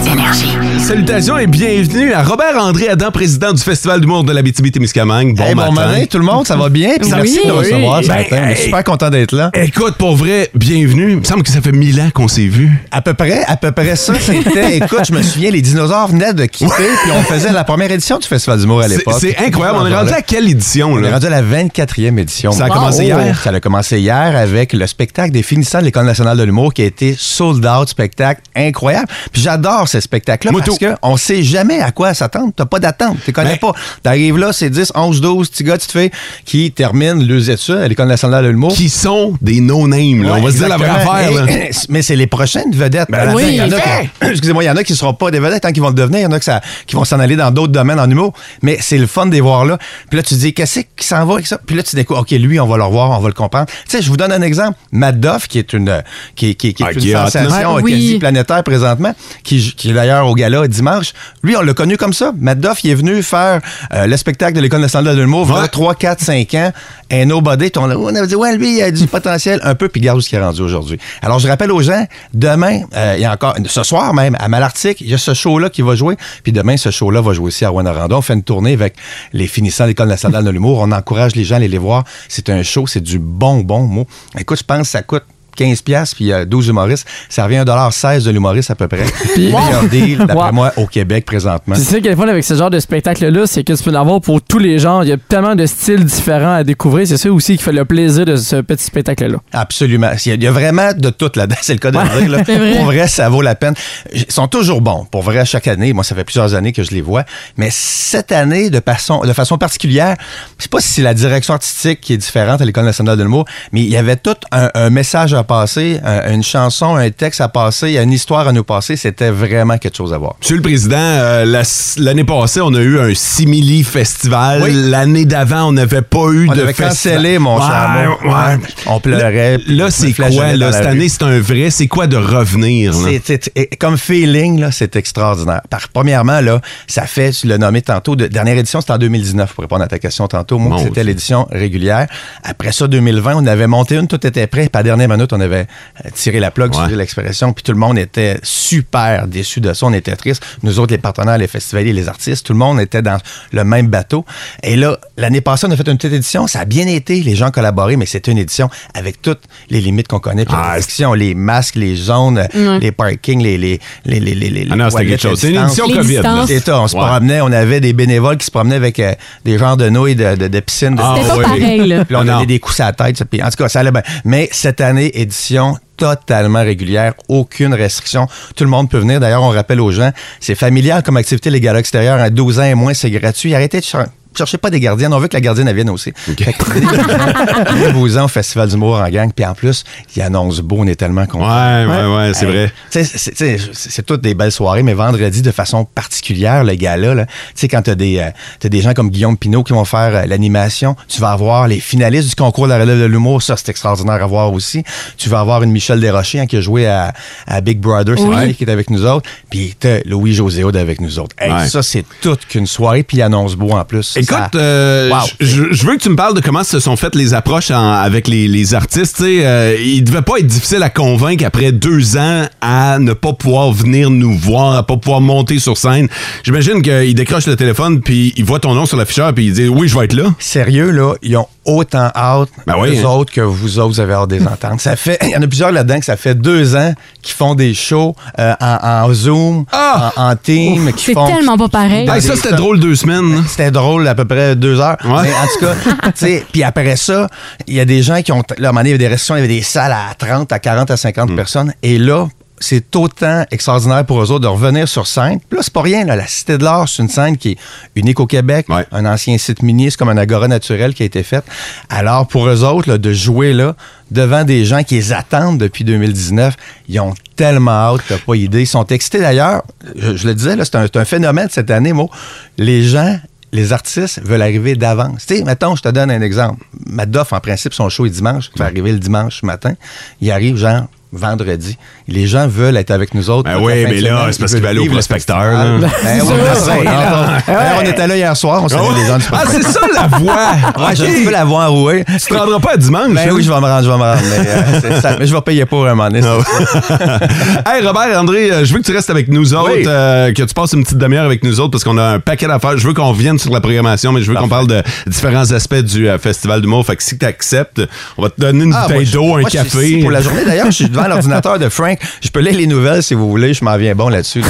Speaker 10: Énergie.
Speaker 3: Salutations et bienvenue à Robert-André Adam, président du Festival d'humour de l'Abitibi-Témiscamingue. Bon,
Speaker 14: Hey,
Speaker 3: matin. Ben,
Speaker 14: bon matin, tout le monde, ça va bien? Puis merci de me recevoir ce matin. Je suis super
Speaker 3: content d'être là. Écoute, pour vrai, bienvenue. Il me semble que ça fait mille ans qu'on s'est vus.
Speaker 14: À peu près, à peu près ça,
Speaker 3: [LAUGHS]
Speaker 14: c'était. Écoute, je me souviens, les dinosaures venaient de quitter, puis on faisait la première édition du Festival d'humour à
Speaker 3: C'est-
Speaker 14: l'époque.
Speaker 3: c'est
Speaker 6: Ah,
Speaker 3: incroyable. On est rendu à quelle édition,
Speaker 14: On
Speaker 3: là?
Speaker 14: est rendu à la 24e édition. Oh!
Speaker 3: Ça a commencé hier?
Speaker 14: Ça a commencé hier avec le spectacle des finissants de l'École nationale de l'humour qui a été sold out, spectacle incroyable. Puis j'adore ce spectacle-là
Speaker 3: Moi
Speaker 14: parce
Speaker 3: tout.
Speaker 14: qu'on sait jamais à quoi s'attendre. T'as pas d'attente, tu
Speaker 3: Ben.
Speaker 14: connais pas. T'arrives là, c'est 10, 11, 12 petits gars, petites filles qui terminent leurs études à l'École nationale de l'humour.
Speaker 3: Qui sont des no-names, là. On va se dire la vraie affaire, là.
Speaker 14: [COUGHS]
Speaker 3: Ben
Speaker 14: Mais c'est les prochaines vedettes. À la
Speaker 3: oui.
Speaker 14: fin, il y en a qui- [COUGHS] Excusez-moi, il y en a qui ne seront pas des vedettes tant qu'ils vont le devenir. Il y en a qui, ça- qui vont s'en aller dans d'autres domaines en humour. Mais c'est le fun de les voir là. Puis là, tu te dis, qu'est-ce qui s'en va avec ça? Puis là, tu découvres, OK, lui, on va le revoir, on va le comprendre. Tu sais, je vous donne un exemple. Madoff, qui est une, qui, qui- qui est
Speaker 3: Ah,
Speaker 14: une
Speaker 3: qui est hot, là.
Speaker 14: sensation
Speaker 3: Ouais, oui.
Speaker 14: quasi planétaire présentement, qui, qui est d'ailleurs au gala dimanche. Lui, on l'a connu comme ça. Madoff, il est venu faire euh, le spectacle de l'École nationale de l'humour, voilà 3, 4, 5 ans. Un nobody, puis on, a- on avait dit, ouais, lui, il a du potentiel un peu, puis regarde où ce qu'il est rendu aujourd'hui. Alors, je rappelle aux gens, demain, euh, il y a encore, ce soir même, à Malartic, il y a ce show-là qui va jouer, puis demain, ce show-là va jouer aussi à Rwanda. On fait une tournée avec les finissants de l'École nationale de l'humour. On encourage les gens à aller les voir. C'est un show, c'est du bon, bon mot. Écoute, je pense que ça coûte 15 pièces puis il y a 12 humoristes, ça revient à 1,16 de l'humoriste à peu
Speaker 5: [LAUGHS]
Speaker 14: près. Puis
Speaker 5: Wow.
Speaker 14: meilleur deal, d'après
Speaker 5: Wow.
Speaker 14: moi, au Québec présentement.
Speaker 5: Puis C'est ça qui est le fun avec ce genre de spectacle-là, c'est que tu peux en avoir pour tous les genres. Il y a tellement de styles différents à découvrir. C'est ça aussi qui fait le plaisir de ce petit spectacle-là.
Speaker 14: Absolument. Il y a- il y, a vraiment de tout là-dedans. [LAUGHS] C'est le cas de le dire. là.
Speaker 5: c'est vrai.
Speaker 14: Pour vrai, ça vaut la peine. Ils sont toujours bons. Pour vrai, chaque année. Moi, ça fait plusieurs années que je les vois. Mais cette année, de façon, de façon particulière, je sais pas si c'est la direction artistique qui est différente à l'École nationale de l'humour, mais il y avait tout un, un message à passer, un- une chanson, un texte à passer, une histoire à nous passer. C'était vraiment quelque chose à voir.
Speaker 3: Monsieur le Président, euh, la- l'année passée, on a eu un simili festival. L'année d'avant, on n'avait pas eu
Speaker 14: On
Speaker 3: de
Speaker 14: avait
Speaker 3: festival.
Speaker 14: cancellé, mon
Speaker 3: Ouais,
Speaker 14: cher Mo.
Speaker 3: ouais.
Speaker 14: On pleurait.
Speaker 3: Là, c'est quoi, là, cette année, c'est un vrai. C'est quoi de revenir? là?
Speaker 14: C'est- c'est- et comme feeling, là, c'est extraordinaire. Par, premièrement, là, ça fait, tu l'as nommé tantôt, de, dernière édition, c'était en 2019, pour répondre à ta question tantôt. Moi,
Speaker 3: Mon
Speaker 14: c'était
Speaker 3: Dieu.
Speaker 14: l'édition régulière. Après ça, 2020, on avait monté une, tout était prêt. Puis à la dernière minute, on avait euh, tiré la plug, excusez l'expression. Puis tout le monde était super déçu de ça. On était triste. Nous autres, les partenaires, les festivaliers, les artistes, tout le monde était dans le même bateau. Et là, l'année passée, on a fait une petite édition. Ça a bien été. Les gens collaboraient, mais c'était une édition avec toutes les limites qu'on connaît.
Speaker 3: Ah,
Speaker 14: Puis les restrictions, les masques, les zones,
Speaker 3: Ouais.
Speaker 14: les parkings, les, les, les, les, les, les
Speaker 3: Ah non, c'était
Speaker 14: toilettes,
Speaker 3: quelque chose.
Speaker 14: la
Speaker 3: C'est une
Speaker 14: distance.
Speaker 3: édition Les COVID, là. distances.
Speaker 14: C'est ça. On se
Speaker 3: Ouais.
Speaker 14: promenait. On avait des bénévoles qui se promenaient avec euh, des genres de nouilles de, de, de piscine. de-
Speaker 3: Ah, C'était pas oui. pareil, là.
Speaker 14: Puis là, on
Speaker 3: Non.
Speaker 14: avait des coups à la tête. ça, puis en tout cas, ça allait bien. Mais cette année, édition totalement régulière, aucune restriction. Tout le monde peut venir. D'ailleurs, on rappelle aux gens, c'est familial comme activité, les galas extérieurs. À 12 ans et moins, c'est gratuit. Arrêtez de cher- cherchez pas des gardiennes. On veut que la gardienne elle vienne aussi. Fait que venez tous les ans. [LAUGHS] Venez vous en au Festival d'humour en gang. Puis en plus, il annonce beau. On est tellement contents.
Speaker 3: Ouais, ouais, ouais, c'est vrai.
Speaker 14: Tu sais, c'est- c'est- c'est- C'est toutes des belles soirées, mais vendredi, de façon particulière, le gala, là, tu sais, quand t'as des, euh, t'as des gens comme Guillaume Pinault qui vont faire euh, l'animation, tu vas avoir les finalistes du concours de la relève de l'humour, ça, c'est extraordinaire à voir aussi. Tu vas avoir une Michel Desrochers hein, qui a joué à, à Big Brother, cette
Speaker 3: Oui.
Speaker 14: année, qui est avec nous autres, puis t'as Louis-José Aude avec nous autres. Hey,
Speaker 3: Ouais.
Speaker 14: Ça, c'est toute qu'une soirée, puis il annonce beau en plus. Ça-
Speaker 3: Écoute, euh,
Speaker 14: Wow.
Speaker 3: je, je veux que tu me parles de comment se sont faites les approches en- avec les, les artistes. Tu sais, euh, il devait pas être difficile à convaincre après deux ans à ne pas pouvoir venir nous voir, à pas pouvoir monter sur scène. J'imagine qu'il décroche le téléphone, puis il voit ton nom sur l'afficheur, puis il dit Oui, je vais être là.
Speaker 14: Sérieux, là, ils ont autant hâte
Speaker 3: Ben oui,
Speaker 14: les
Speaker 3: hein.
Speaker 14: autres que vous autres, vous avez hâte de les entendre. Ça fait, il y en a plusieurs là-dedans que ça fait deux ans qu'ils font des shows euh, en, en Zoom, en, en Team. qui
Speaker 4: C'est
Speaker 14: font-
Speaker 4: tellement pas pareil.
Speaker 14: dans
Speaker 4: Hey,
Speaker 14: des
Speaker 4: ça, c'était
Speaker 14: salles.
Speaker 3: drôle deux semaines.
Speaker 14: [LAUGHS] C'était drôle à peu près deux heures. Mais en tout cas, tu sais, puis après ça, il y a des gens qui ont. Là, à un moment donné, il y avait des restrictions, il y avait des salles à 30, à 40, à 50 personnes. Et là, c'est autant extraordinaire pour eux autres de revenir sur scène. Puis Là, c'est pas rien. Là. La Cité de l'Or, c'est une scène qui est unique au Québec. Un ancien site minier, c'est comme un agora naturel qui a été fait. Alors, pour eux autres, là, de jouer là, devant des gens qui les attendent depuis 2019, ils ont tellement hâte, t'as pas idée. Ils sont excités d'ailleurs. Je, je le disais, là, c'est un, c'est un phénomène cette année, Mo. Les gens les artistes veulent arriver d'avance. Tu sais, mettons, je te donne un exemple. Madoff, en principe, son show est dimanche. Il va arriver le dimanche matin. Il arrive genre vendredi. Les gens veulent être avec nous autres.
Speaker 3: Ben
Speaker 14: toute
Speaker 3: oui,
Speaker 14: la fin
Speaker 3: mais
Speaker 14: de
Speaker 3: là,
Speaker 14: semaine.
Speaker 3: c'est parce qu'ils
Speaker 14: Ils
Speaker 3: veulent aller au
Speaker 14: vivre le
Speaker 3: prospecteur,
Speaker 14: festival. [LAUGHS]
Speaker 3: là.
Speaker 14: Ben,
Speaker 3: C'est
Speaker 14: on le
Speaker 3: ça,
Speaker 14: sait,
Speaker 3: ouais.
Speaker 14: là.
Speaker 3: Ouais.
Speaker 14: D'ailleurs, Ben, On était là hier soir, on s'est
Speaker 3: Ah ouais?
Speaker 14: les gens du
Speaker 3: Ah,
Speaker 14: prospecteur.
Speaker 3: c'est ça, la voix!
Speaker 14: Ouais, Ah, j'ai un
Speaker 3: Ok.
Speaker 14: peu la voix enrouée.
Speaker 3: Tu te rendras pas à dimanche,
Speaker 14: Ben
Speaker 3: hein?
Speaker 14: oui, je vais me rendre, je vais me rendre. Mais, euh, c'est ça. Mais je vais payer pour un moment donné, c'est ça. Ah,
Speaker 3: hey Robert, André, euh, je veux que tu restes avec nous autres, euh, que tu passes une petite demi-heure avec nous autres parce qu'on a un paquet d'affaires. Je veux qu'on revienne sur la programmation, mais je veux qu'on parle de différents aspects du euh, Festival d'humour. Fait que si tu acceptes, on va te donner une
Speaker 14: Ah, moi,
Speaker 3: bouteille
Speaker 14: je-
Speaker 3: d'eau, un
Speaker 14: moi, je suis ici
Speaker 3: café.
Speaker 14: Pour la journée, d'ailleurs, je suis devant l'ordinateur de Frank. Je peux lire les nouvelles si vous voulez. Je m'en viens bon là-dessus.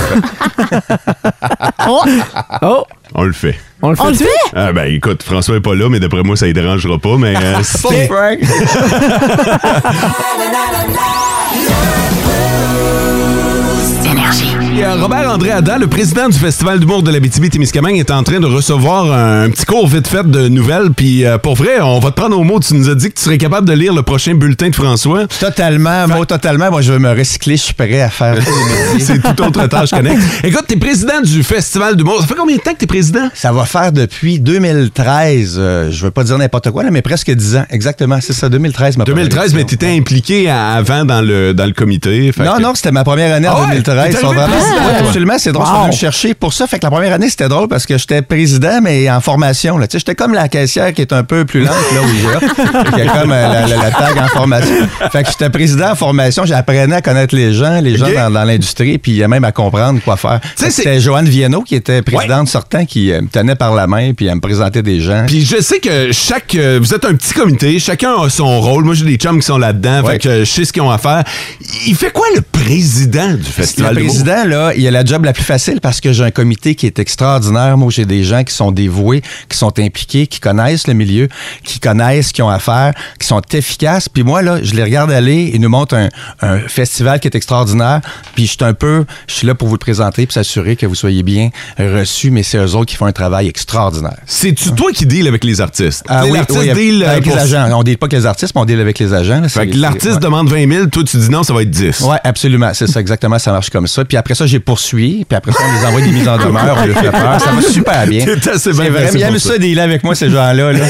Speaker 4: Oh!
Speaker 5: Oh!
Speaker 3: On le fait.
Speaker 5: On le
Speaker 4: On le fait?
Speaker 3: Ah, ben écoute, François est pas là, mais d'après moi, ça ne dérangera pas. Mais
Speaker 14: [LAUGHS]
Speaker 3: euh, si t'es-
Speaker 10: Énergie.
Speaker 3: Et, euh, Robert-André Adam, le président du Festival d'humour de l'Abitibi-Témiscamingue, est en train de recevoir un, un petit cours vite fait de nouvelles. Puis euh, pour vrai, on va te prendre au mot. Tu nous as dit que tu serais capable de lire le prochain bulletin de François.
Speaker 14: Totalement, moi, totalement. Moi, je veux me recycler. Je suis prêt à faire tous les métiers.
Speaker 3: [LAUGHS] C'est tout autre tâche connexe. Écoute, t'es président du Festival d'humour. Ça fait combien de temps que t'es président?
Speaker 14: Ça va faire depuis 2013, euh, je veux pas dire n'importe quoi, là, mais presque 10 ans. Exactement, c'est ça, 2013. Ma
Speaker 3: 2013, mais t'étais impliqué à- avant dans le, dans le comité. fait
Speaker 14: Non,
Speaker 3: que-
Speaker 14: non, c'était ma première année
Speaker 3: Ah
Speaker 14: en
Speaker 3: ouais?
Speaker 14: 2013.
Speaker 3: T'es
Speaker 14: Ils sont
Speaker 3: arrivé
Speaker 14: vraiment-
Speaker 3: président?
Speaker 14: Ouais, absolument, c'est drôle, ils sont
Speaker 3: Wow.
Speaker 14: venus me chercher pour ça. Fait que la première année, c'était drôle parce que j'étais président, mais en formation. là. Tu sais, J'étais comme la caissière qui est un peu plus lente là où il y a. Fait qu'il y a comme euh, la, la- la tag en formation. Fait que j'étais président en formation, j'apprenais à connaître les gens, les gens
Speaker 3: Ok.
Speaker 14: dans, dans l'industrie, puis euh, même à comprendre quoi faire.
Speaker 3: sais,
Speaker 14: Fait que
Speaker 3: c'est-
Speaker 14: C'était Joanne Vienno qui était présidente sortant, qui euh, me tenait par la main, puis elle me présentait des gens.
Speaker 3: Puis je sais que chaque. euh, vous êtes un petit comité, chacun a son rôle. Moi, j'ai des chums qui sont là-dedans, fait que euh, je sais ce qu'ils ont à faire. Il fait quoi le président du Festival
Speaker 14: Le
Speaker 3: d'humour?
Speaker 14: président, là, il a la job la plus facile parce que j'ai un comité qui est extraordinaire. Moi, j'ai des gens qui sont dévoués, qui sont impliqués, qui connaissent le milieu, qui connaissent ce qu'ils ont à faire, qui sont efficaces. Puis moi, là, je les regarde aller. Ils nous montrent un, un festival qui est extraordinaire. Puis je suis un peu, je suis là pour vous le présenter puis s'assurer que vous soyez bien reçus. Mais c'est eux autres qui font un travail extraordinaire.
Speaker 3: C'est-tu toi qui deal avec les artistes?
Speaker 14: Ah
Speaker 3: Tu sais,
Speaker 14: oui,
Speaker 3: l'artiste
Speaker 14: oui,
Speaker 3: deal, euh,
Speaker 14: avec les
Speaker 3: pour-
Speaker 14: agents. On ne deal pas avec les artistes, mais on deal avec les agents. là.
Speaker 3: Fait
Speaker 14: C'est-
Speaker 3: que
Speaker 14: c'est-
Speaker 3: l'artiste
Speaker 14: ouais.
Speaker 3: demande 20 000, toi, tu dis non, ça va être 10.
Speaker 14: Oui, absolument. C'est ça, exactement. Ça marche comme ça. Puis après ça, j'ai poursuivi. Puis après ça, on les envoie des mises en demeure. On leur fait peur. Ça va
Speaker 3: [LAUGHS]
Speaker 14: super bien.
Speaker 3: T'es assez
Speaker 14: C'est
Speaker 3: bien
Speaker 14: vraiment
Speaker 3: placé
Speaker 14: ils
Speaker 3: pour
Speaker 14: aiment
Speaker 3: ça.
Speaker 14: ça, des avec moi, ces
Speaker 3: [LAUGHS]
Speaker 14: gens-là. là.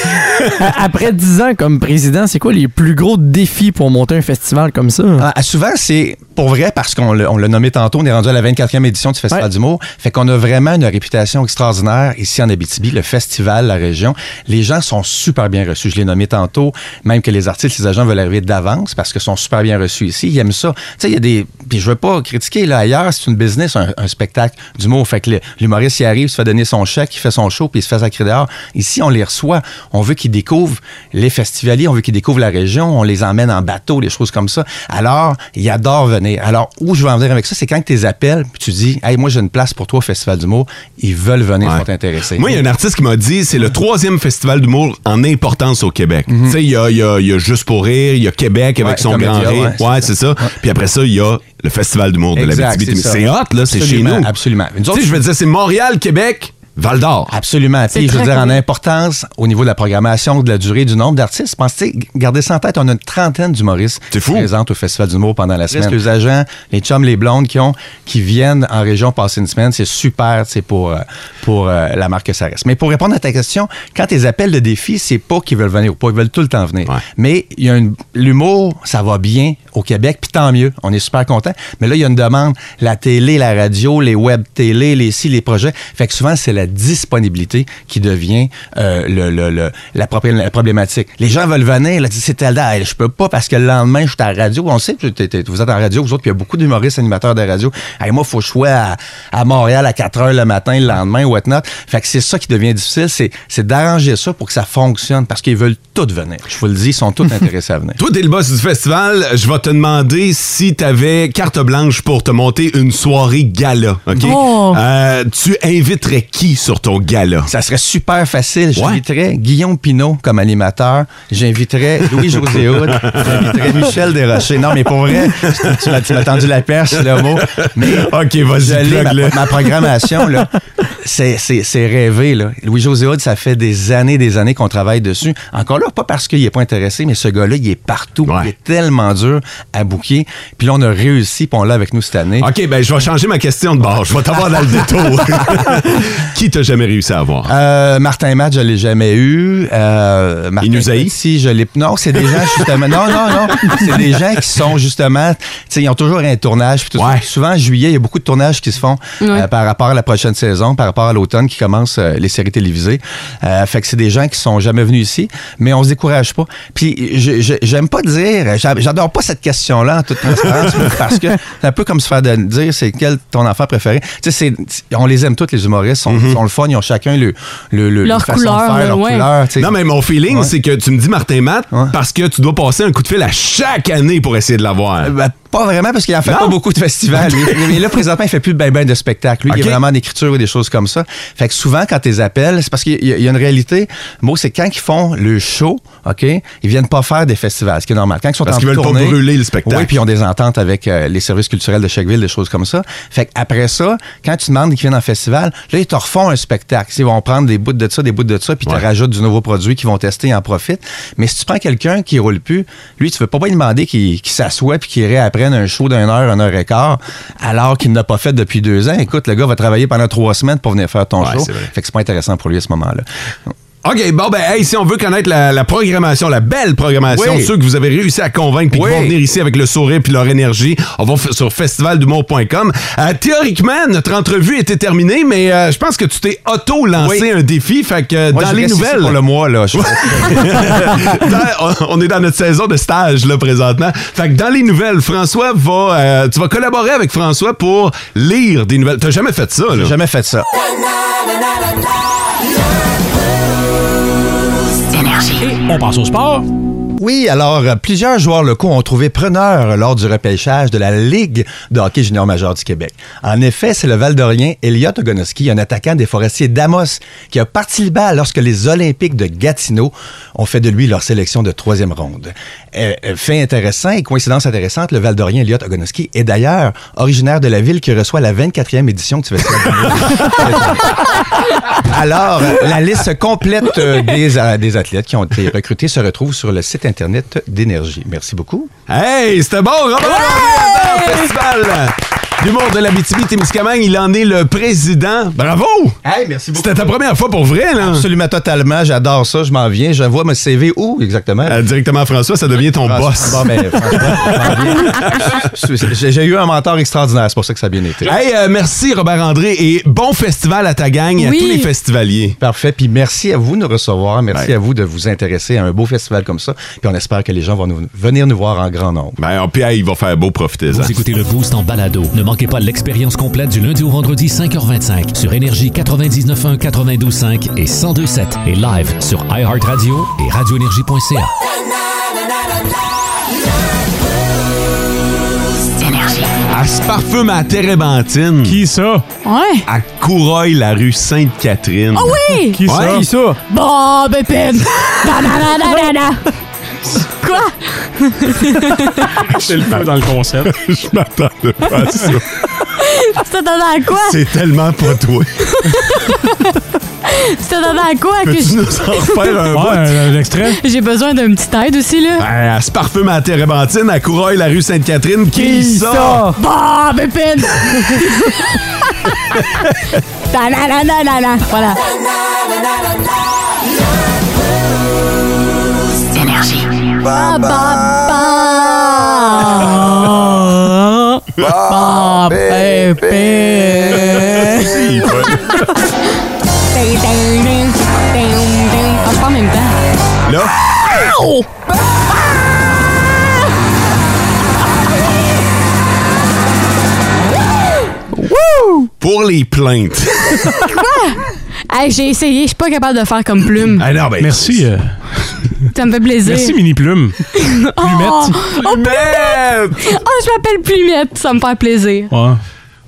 Speaker 5: À- Après 10 ans comme président, c'est quoi les plus gros défis pour monter un festival comme ça?
Speaker 14: Ah, souvent, c'est pour vrai parce qu'on l'a on l'a nommé tantôt. On est rendu à la 24e édition du Festival d'humour. Fait qu'on a vraiment une réputation extraordinaire ici en Abitibi, le festival, la région. Les gens sont super bien reçus. Je l'ai nommé tantôt. Même que les artistes, les agents veulent arriver d'avance parce qu'ils sont super bien reçus ici. Ils aiment ça. Tu sais, il y a des. Puis je veux pas critiquer. Là, ailleurs, c'est une business, un, un spectacle d'humour. Fait que le- l'humoriste, il arrive, il se fait donner son chèque, il fait son show, puis il se fait sacrer dehors. Ici, on les reçoit. On veut qu'ils découvrent les festivaliers, on veut qu'ils découvrent la région, on les emmène en bateau, des choses comme ça. Alors, ils adorent venir. Alors, où je veux en venir avec ça, c'est quand tu les appelles, puis tu dis, hey, moi, j'ai une place pour toi au Festival d'humour. Ils veulent venir, ils sont intéressés.
Speaker 3: Moi, il y a un artiste qui m'a dit c'est le troisième festival d'humour en importance au Québec. Tu sais, il y a, il y a- il y a Juste pour rire, il y a Québec avec
Speaker 14: Mhm. Ouais,
Speaker 3: son
Speaker 14: Comédia,
Speaker 3: grand rire.
Speaker 14: ouais,
Speaker 3: Ouais, c'est ça. Puis après ça, il y a le festival d'humour de
Speaker 14: Exact,
Speaker 3: l'Abitibi.
Speaker 14: c'est ça.
Speaker 3: C'est hot, là, c'est chez
Speaker 14: Absolument,
Speaker 3: nous.
Speaker 14: absolument. Nous
Speaker 3: Tu sais,
Speaker 14: autres-
Speaker 3: je veux dire, c'est Montréal, Québec, Val d'Or.
Speaker 14: Absolument.
Speaker 3: C'est
Speaker 14: Puis, je veux
Speaker 3: très
Speaker 14: dire, en
Speaker 3: connu.
Speaker 14: importance, au niveau de la programmation, de la durée, du nombre d'artistes, pensez, gardez ça en tête, on a une trentaine d'humoristes qui se présentent au Festival d'humour pendant la semaine. Les agents, les chums, les blondes qui, ont, qui viennent en région passer une semaine, c'est super c'est pour, euh, pour euh, la marque que ça reste. Mais pour répondre à ta question, quand tes appels de défi, c'est pas qu'ils veulent venir ou pas, ils veulent tout le temps venir. Mais il y a une- l'humour, ça va bien au Québec, puis tant mieux, on est super content. Mais là, il y a une demande, la télé, la radio, les web télé, les ci, les projets. Fait que souvent, c'est la disponibilité qui devient euh, le, le- le- la, problé- la problématique. Les gens veulent venir, là, c'est telle date, Hey, je peux pas parce que le lendemain, je suis à la radio. On sait, que t'es- t'es- vous êtes en radio, vous autres, puis il y a beaucoup d'humoristes animateurs de radio. Hey, moi, faut que je sois à, à Montréal à 4 heures le matin, le lendemain, whatnot. Fait que c'est ça qui devient difficile, c'est c'est d'arranger ça pour que ça fonctionne parce qu'ils veulent tous venir. Je vous le dis, ils sont tous [LAUGHS] intéressés à venir.
Speaker 3: Toi, t'es le boss du festival. Je vais te demander si t'avais carte blanche pour te monter une soirée gala. OK?
Speaker 14: Oh.
Speaker 3: Euh, tu inviterais qui sur ton gala?
Speaker 14: Ça serait super facile. J'inviterais Guillaume Pinault comme animateur. J'inviterais Louis-José Houd. J'inviterais Michel Desrochers. Non, mais pour vrai, tu m'as tu m'as tendu la perche, le mot. Mais
Speaker 3: OK, vas-y,
Speaker 14: je l'ai, ma,
Speaker 3: plug-le.
Speaker 14: ma programmation, là, c'est, c'est, c'est rêvé. Là. Louis-José Houd, ça fait des années des années qu'on travaille dessus. Encore là, pas parce qu'il n'est pas intéressé, mais ce gars-là, il est partout. Il est tellement dur à bouquer. Puis là, on a réussi, puis on l'a avec nous cette année.
Speaker 3: OK, ben je vais changer ma question de bord. Je vais t'avoir dans le détour. qui Qui t'as jamais réussi à avoir?
Speaker 14: Euh, Martin Matt, je l'ai jamais eu. Euh, Martin
Speaker 3: nous haït?
Speaker 14: Si je l'ai. Non, c'est des gens justement. Non, non, non. C'est des gens qui sont justement. Tu sais, ils ont toujours un tournage. puis tout ça. Souvent en juillet, il y a beaucoup de tournages qui se font
Speaker 15: Ouais.
Speaker 14: euh, par rapport à la prochaine saison, par rapport à l'automne qui commence euh, les séries télévisées. Euh, fait que c'est des gens qui sont jamais venus ici, mais on se décourage pas. Puis je- je- j'aime pas dire, j'a- j'adore pas cette question-là en toute transparence [LAUGHS] parce que c'est un peu comme se faire de- dire c'est quel ton enfant préféré. Tu sais, c'est- on les aime tous les humoristes, sont, sont le fun, ils ont chacun le, le, le-
Speaker 3: Leur
Speaker 14: leur façon
Speaker 3: couleur,
Speaker 14: de faire,
Speaker 3: là,
Speaker 14: leur
Speaker 3: ouais.
Speaker 14: couleur. tu sais.
Speaker 3: Non, mais mon feeling,
Speaker 14: Ouais.
Speaker 3: c'est que tu me dis Martin Matt parce que tu dois passer un coup de fil à chaque année pour essayer de l'avoir.
Speaker 14: Ben, pas vraiment, parce qu'il en fait
Speaker 3: Non?
Speaker 14: pas beaucoup
Speaker 3: [LAUGHS]
Speaker 14: de festivals.
Speaker 3: Ok.
Speaker 14: Mais là, présentement, il fait plus de ben ben de spectacle. Lui, il
Speaker 3: Ok.
Speaker 14: est vraiment d'écriture et des choses comme ça. Fait que souvent, quand tes appels, c'est parce qu'il y a il y a une réalité. Moi, c'est quand ils font le show, OK, ils viennent pas faire des festivals, ce qui est normal. Quand ils sont
Speaker 3: Parce
Speaker 14: en
Speaker 3: qu'ils veulent pas
Speaker 14: tournée-
Speaker 3: brûler le spectacle.
Speaker 14: Oui, puis ils ont des ententes avec euh, les services culturels de chaque ville, des choses comme ça. Fait qu'après ça, quand tu demandes qu'ils viennent en festival, là, ils te refont un spectacle. Ils vont prendre des bouts de ça, des bouts de ça, puis tu rajoutes du nouveau produit qu'ils vont tester et en profitent. Mais si tu prends quelqu'un qui roule plus, lui, tu veux pas, pas lui demander qu'il qu'il s'assoie puis qu'il réapprenne un show d'une heure, une heure et quart, alors qu'il n'a pas fait depuis deux ans. Écoute, le gars va travailler pendant trois semaines pour venir faire ton
Speaker 3: Ouais,
Speaker 14: show.
Speaker 3: c'est vrai.
Speaker 14: Fait que c'est pas intéressant pour lui à ce moment-là.
Speaker 3: OK, bon, ben, hey, si on veut connaître la, la programmation, la belle programmation,
Speaker 14: Oui.
Speaker 3: ceux que vous avez réussi à convaincre puis qui vont venir ici avec le sourire puis leur énergie, on va f- sur festivaldumour.com. Euh, théoriquement, notre entrevue était terminée, mais euh, je pense que tu t'es auto-lancé
Speaker 14: Oui.
Speaker 3: un défi, fait que euh,
Speaker 14: Moi,
Speaker 3: dans
Speaker 14: je
Speaker 3: les
Speaker 14: reste ici
Speaker 3: nouvelles...
Speaker 14: pour le mois,
Speaker 3: [LAUGHS]
Speaker 14: là. Je-
Speaker 3: Dans- on- on est dans notre saison de stage là présentement. Fait que dans les nouvelles, François va, euh, tu vas collaborer avec François pour lire des nouvelles. T'as jamais fait ça là
Speaker 14: Jamais fait ça.
Speaker 6: On passe au sport.
Speaker 14: Oui, alors euh, plusieurs joueurs locaux ont trouvé preneur lors du repêchage de la Ligue de hockey junior majeur du Québec. En effet, c'est le Val-d'Orient Elliot Ogonoski, un attaquant des forestiers d'Amos, qui a parti le bal lorsque les Olympiques de Gatineau ont fait de lui leur sélection de troisième ronde. Euh, euh, fait intéressant et coïncidence intéressante, le Val-d'Orient Elliot Ogonoski est d'ailleurs originaire de la ville qui reçoit la 24e édition du Festival du Livre. Alors, euh, la liste complète euh, des, euh, des athlètes qui ont été recrutés se retrouve sur le site Internet d'Énergie. Merci beaucoup.
Speaker 3: Hey, c'était bon, Robert Lambert, festival d'humour de la Témiscamingue, il en est le président. Bravo!
Speaker 14: Hey, merci beaucoup.
Speaker 3: C'était ta première fois pour vrai, là?
Speaker 14: Absolument, totalement. J'adore ça. Je m'en viens. Je vois mon CV où exactement?
Speaker 3: Euh, directement à François. Ça devient ton boss.
Speaker 14: Bon, ben, François, je m'en viens. J'ai- J'ai eu un mentor extraordinaire. C'est pour ça que ça a bien été.
Speaker 3: Hey, euh, merci Robert André et bon festival à ta gang et à
Speaker 14: Oui.
Speaker 3: tous les festivaliers.
Speaker 14: Parfait. Puis merci à vous de nous recevoir. Merci à vous de vous intéresser à un beau festival comme ça. Puis on espère que les gens vont nous- venir nous voir en grand nombre.
Speaker 3: Ben, puis hey, il va faire beau, profitez-en.
Speaker 1: Vous écoutez le Boost en balado. Ne manquez pas l'expérience complète du lundi au vendredi 5h25 sur Énergie 99.1, 92.5 et 102.7 et live sur iHeartRadio et radioénergie.ca.
Speaker 3: Elle se parfume à Térébenthine.
Speaker 6: Qui ça?
Speaker 4: Ouais.
Speaker 3: À Coureuil, la rue Sainte-Catherine.
Speaker 4: Ah oui!
Speaker 3: Ouais.
Speaker 4: Bon, ben,
Speaker 3: [LAUGHS]
Speaker 4: ben. Da, da, da, da, da, da. Quoi?
Speaker 6: C'est le feu dans le concept.
Speaker 3: Je m'attendais pas à ça.
Speaker 4: C'était dans à quoi?
Speaker 3: C'est tellement pas toi.
Speaker 4: C'était dans à quoi? que
Speaker 3: Peux-tu
Speaker 4: je-
Speaker 3: [LAUGHS] nous en refaire un bout?
Speaker 6: extrait?
Speaker 4: J'ai besoin d'un petit aide aussi, là.
Speaker 3: Ben, elle se parfume à Térébenthine, à Coureuil, la rue Sainte-Catherine. Qui ça?
Speaker 4: Bon, ben, ben. Da, da, da, da, da, da. Voilà.
Speaker 10: Énergie.
Speaker 4: Ba, ba,
Speaker 5: Ah!
Speaker 4: ba. Ba, ben, ben. Ding, ding, ding, ding, ding. On se parle en même temps.
Speaker 3: Là?
Speaker 4: Ow!
Speaker 3: Pour les [LAUGHS] plaintes.
Speaker 4: Quoi? Hey, j'ai essayé, je suis pas capable de faire comme plume.
Speaker 3: Ah non, ben,
Speaker 6: Merci. euh,
Speaker 4: Ça me fait plaisir.
Speaker 6: merci, Mini [LAUGHS] Plume.
Speaker 4: Plumette. Oh, oh,
Speaker 3: Plumette!
Speaker 4: Oh, je m'appelle Plumette, ça me fait plaisir.
Speaker 6: Ouais.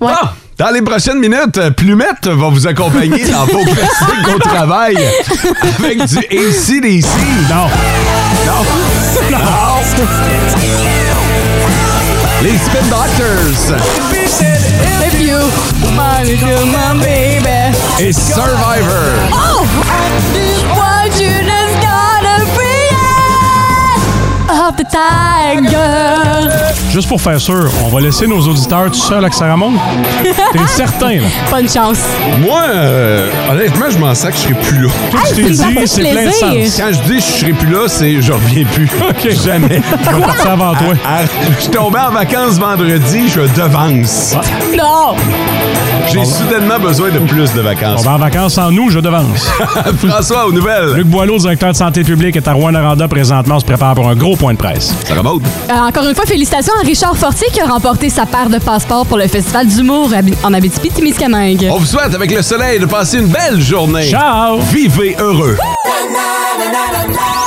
Speaker 4: Ouais.
Speaker 3: ah, Dans les prochaines minutes, euh, Plumette va vous accompagner dans [LAUGHS] vos classiques au travail avec du ACDC.
Speaker 6: Non.
Speaker 3: Non. Les Spin Doctors.
Speaker 4: If you want to do my baby.
Speaker 3: Et Survivor.
Speaker 4: Oh! I just want you to start a free. of the tiger.
Speaker 6: Juste pour faire sûr, on va laisser nos auditeurs tout seuls avec Sarah Maud? [LAUGHS] T'es certain, là?
Speaker 4: Pas une chance.
Speaker 3: Moi, euh, honnêtement, je m'en sers que je serai plus là.
Speaker 6: Toi, tu Hey, t'es ça dit, fait c'est plein de plaisir. sens.
Speaker 3: Quand je dis je serai plus là, c'est je reviens plus. [LAUGHS] OK. Jamais.
Speaker 6: [LAUGHS] Je vais partir avant toi.
Speaker 3: Ah, ah, Je suis tombé en vacances vendredi, je devance.
Speaker 4: Non!
Speaker 3: J'ai soudainement besoin de plus de vacances.
Speaker 6: On va en vacances en nous, je devance.
Speaker 3: [LAUGHS] François, aux nouvelles.
Speaker 6: Luc Boileau, directeur de santé publique, est à Rouen-Noranda présentement. On se prépare pour un gros point de presse.
Speaker 3: Ça remonte.
Speaker 4: Euh, encore une fois, félicitations à Richard Fortier qui a remporté sa paire de passeports pour le Festival d'humour à Bi- en Abitibi-Témiscamingue.
Speaker 3: On vous souhaite, avec le soleil, de passer une belle journée.
Speaker 6: Ciao!
Speaker 3: Vivez heureux.
Speaker 10: na, na, na, na, na.